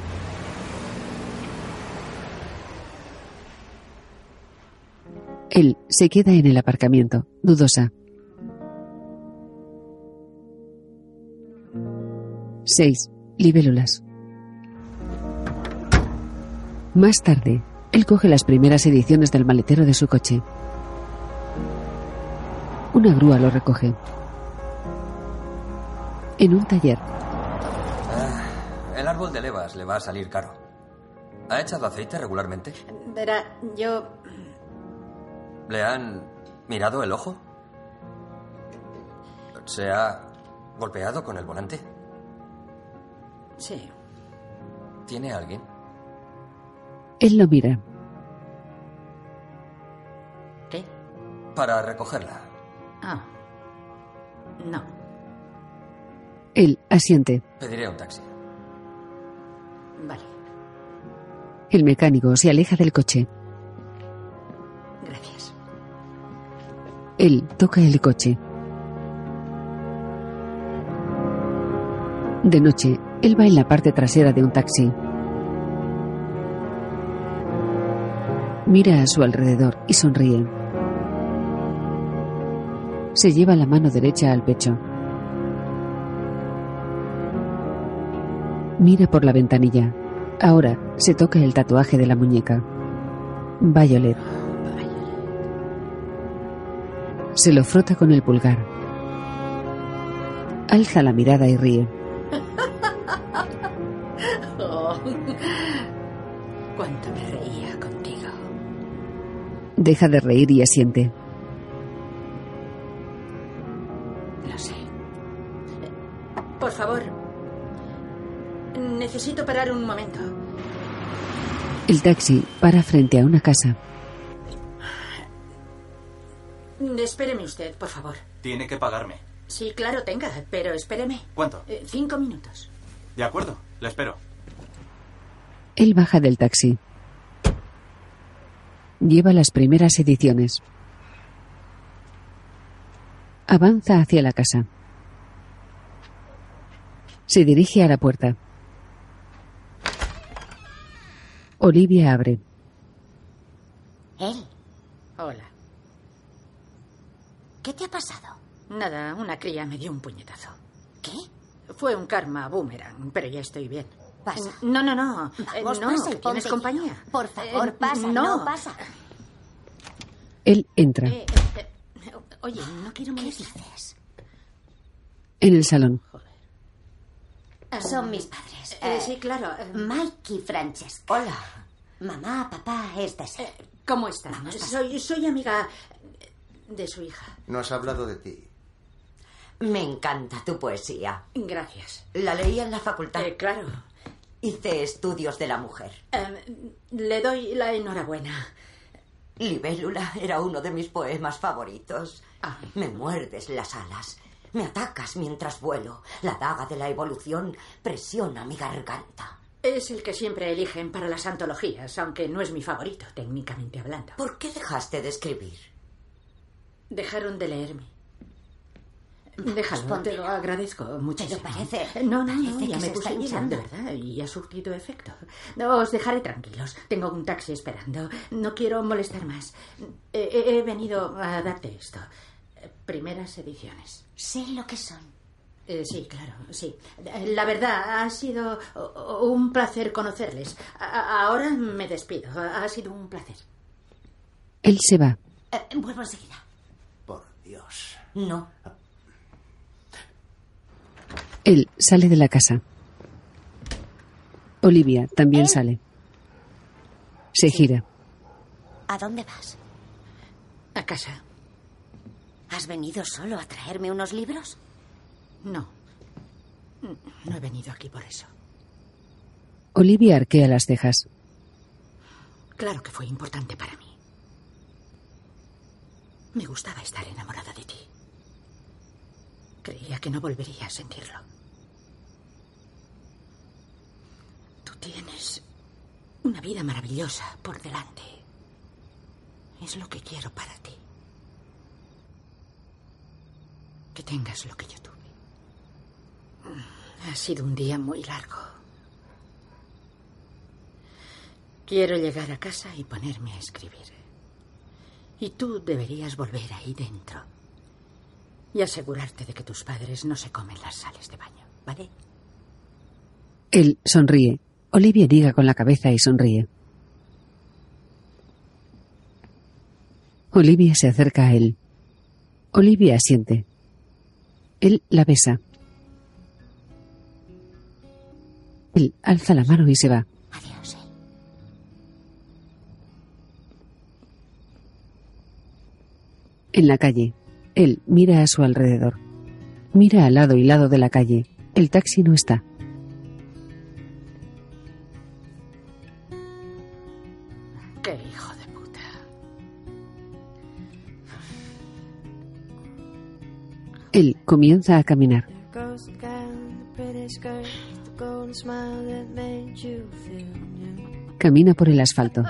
Speaker 1: Él se queda en el aparcamiento, dudosa. Seis, Libélulas. Más tarde, él coge las primeras ediciones del maletero de su coche. Una grúa lo recoge. En un taller,
Speaker 12: El árbol de levas le va a salir caro. ¿Ha echado aceite regularmente?
Speaker 3: Verá, yo.
Speaker 12: ¿Le han mirado el ojo? ¿Se ha golpeado con el volante?
Speaker 3: Sí.
Speaker 12: ¿Tiene a alguien?
Speaker 1: Él lo mira.
Speaker 3: ¿Qué?
Speaker 12: Para recogerla.
Speaker 3: Ah. No.
Speaker 1: Él asiente.
Speaker 12: Pediré un taxi.
Speaker 3: Vale.
Speaker 1: El mecánico se aleja del coche.
Speaker 3: Gracias.
Speaker 1: Él toca el coche. De noche, él va en la parte trasera de un taxi. Mira a su alrededor y sonríe. Se lleva la mano derecha al pecho. Mira por la ventanilla. Ahora se toca el tatuaje de la muñeca. Violet. Se lo frota con el pulgar. Alza la mirada y ríe.
Speaker 3: Oh, Cuánto me reía contigo.
Speaker 1: Deja de reír y asiente.
Speaker 3: Lo sé. Por favor. Necesito parar un momento.
Speaker 1: El taxi para frente a una casa.
Speaker 3: Espéreme usted, por favor.
Speaker 8: Tiene que pagarme.
Speaker 3: Sí, claro, tenga, pero espéreme.
Speaker 8: ¿Cuánto?
Speaker 3: Eh, cinco minutos.
Speaker 8: De acuerdo, le espero.
Speaker 1: Él baja del taxi. Lleva las primeras ediciones. Avanza hacia la casa. Se dirige a la puerta. Olivia abre.
Speaker 3: ¿Él? Hola.
Speaker 4: ¿Qué te ha pasado?
Speaker 3: Nada, una cría me dio un puñetazo.
Speaker 4: ¿Qué?
Speaker 3: Fue un karma boomerang, pero ya estoy bien.
Speaker 4: Pasa.
Speaker 3: No, no, no. Eh,
Speaker 4: Vamos,
Speaker 3: no,
Speaker 4: pasa y
Speaker 3: que tienes
Speaker 4: ponte
Speaker 3: compañía.
Speaker 4: Por favor,
Speaker 3: Eh,
Speaker 4: pasa. No,
Speaker 3: no.
Speaker 4: pasa.
Speaker 1: Él entra.
Speaker 3: Eh, eh, eh, oye, no quiero
Speaker 4: ¿Qué
Speaker 3: molestar.
Speaker 4: dices?
Speaker 1: En el salón.
Speaker 9: Ah,
Speaker 4: Son mis padres.
Speaker 3: Eh,
Speaker 4: Eh,
Speaker 3: sí, claro. eh,
Speaker 4: Mike y Francesca. Hola. Mamá, papá, esta es.
Speaker 9: Eh,
Speaker 3: ¿Cómo están? soy, soy amiga de su hija.
Speaker 19: Nos ha hablado de ti.
Speaker 9: Me encanta tu poesía.
Speaker 3: Gracias. Eh,
Speaker 9: La leí en la facultad.
Speaker 3: claro.
Speaker 9: Hice estudios de la mujer.
Speaker 3: Eh, le doy la enhorabuena.
Speaker 9: Libélula era uno de mis poemas favoritos. Me muerdes las alas. Me atacas mientras vuelo. La daga de la evolución presiona mi garganta.
Speaker 3: Es el que siempre eligen para las antologías, aunque no es mi favorito, técnicamente hablando.
Speaker 9: ¿Por qué dejaste de escribir?
Speaker 3: Dejaron de leerme. Déjalo,
Speaker 4: Respóndelo.
Speaker 3: te lo agradezco muchísimo.
Speaker 4: parece-
Speaker 3: No, no, no,
Speaker 4: parece
Speaker 3: ya
Speaker 4: que
Speaker 3: me
Speaker 4: se
Speaker 3: puse
Speaker 4: está hinchando.
Speaker 3: hinchando, ¿verdad? Y ha surtido efecto. No, os dejaré tranquilos. Tengo un taxi esperando. No quiero molestar más. Eh, eh, He, venido a darte esto. Eh, Primeras ediciones.
Speaker 4: Sé lo que son.
Speaker 3: Eh, sí, claro, sí. Eh, La verdad, ha sido o- o- un placer conocerles. A- a- Ahora me despido. Ha ha sido un placer.
Speaker 1: Él se va.
Speaker 4: Eh,
Speaker 3: vuelvo enseguida.
Speaker 19: Por Dios.
Speaker 9: No.
Speaker 1: Él sale de la casa. Olivia también sale. Se gira.
Speaker 4: ¿A dónde vas?
Speaker 3: A casa.
Speaker 4: ¿Has venido solo a traerme unos libros?
Speaker 3: No. No he venido aquí por eso.
Speaker 1: Olivia arquea las cejas.
Speaker 3: Claro que fue importante para mí. Me gustaba estar enamorada de ti. Creía que no volvería a sentirlo. Tú tienes una vida maravillosa por delante. Es lo que quiero para ti. Que tengas lo que yo tuve. Ha sido un día muy largo. Quiero llegar a casa y ponerme a escribir. Y tú deberías volver ahí dentro. Y asegurarte de que tus padres no se comen las sales de baño, ¿vale?
Speaker 1: Él sonríe. Olivia niega con la cabeza y sonríe. Olivia se acerca a él. Olivia asiente. Él la besa. Él alza la mano y se va.
Speaker 11: Adiós.
Speaker 1: En la calle. Él mira a su alrededor. Mira al lado y lado de la calle. El taxi no está.
Speaker 3: Qué hijo de puta.
Speaker 1: Él comienza a caminar.
Speaker 17: Girls gown, the pretty skirt, the golden smile that made you feel new.
Speaker 1: Camina por el asfalto.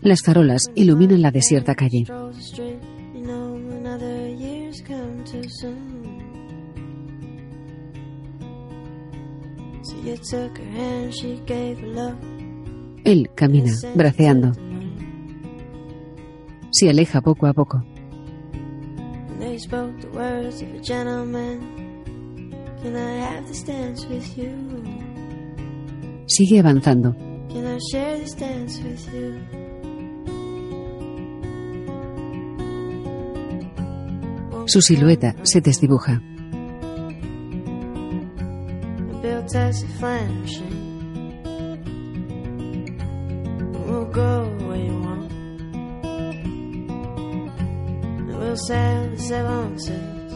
Speaker 1: Las farolas iluminan la desierta calle.
Speaker 17: Strolls the street, you know another year's come too soon. So you took her hand, she gave a look.
Speaker 1: Él camina, braceando. Se aleja poco a poco.
Speaker 17: And they spoke the words of a gentleman. Can I have this dance with you?
Speaker 1: Sigue avanzando.
Speaker 17: Can I share this dance with you?
Speaker 1: Su silueta se desdibuja.
Speaker 17: I built us a flying machine. We'll go where you want. And we'll sail the seven seas.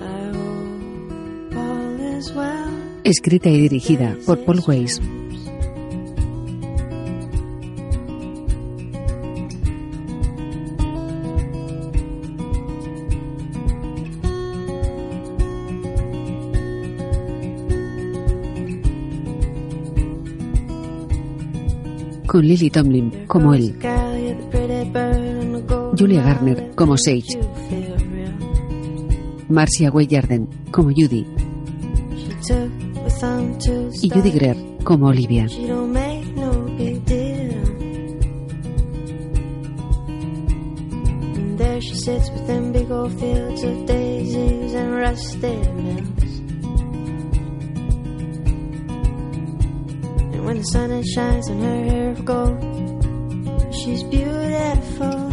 Speaker 17: I hope all is well.
Speaker 1: Escrita y dirigida por Paul Weiss. Con Lily Tomlin como él,
Speaker 17: Girl, you're the pretty bird on the golden
Speaker 1: Julia Garner como Sage,
Speaker 17: feel real.
Speaker 1: Marcia Way Jarden como Judy
Speaker 17: She took a thumb to
Speaker 1: y Judy Greer como Olivia.
Speaker 17: She don't make no big deal. And there she sits with them big old fields of daisies and rusted mills. And when the sun it shines on her hair of gold, she's beautiful.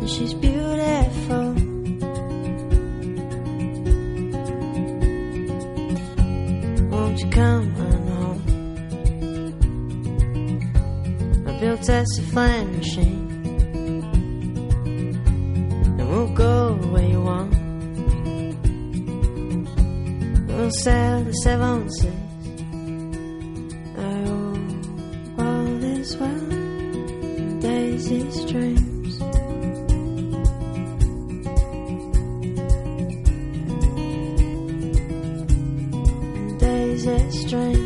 Speaker 17: And She's beautiful. Won't you come on home? I built us a flying machine. And we'll go where you want. We'll sail the seven seas. I hope all is well. Daisy's dreams. Daisy's dreams.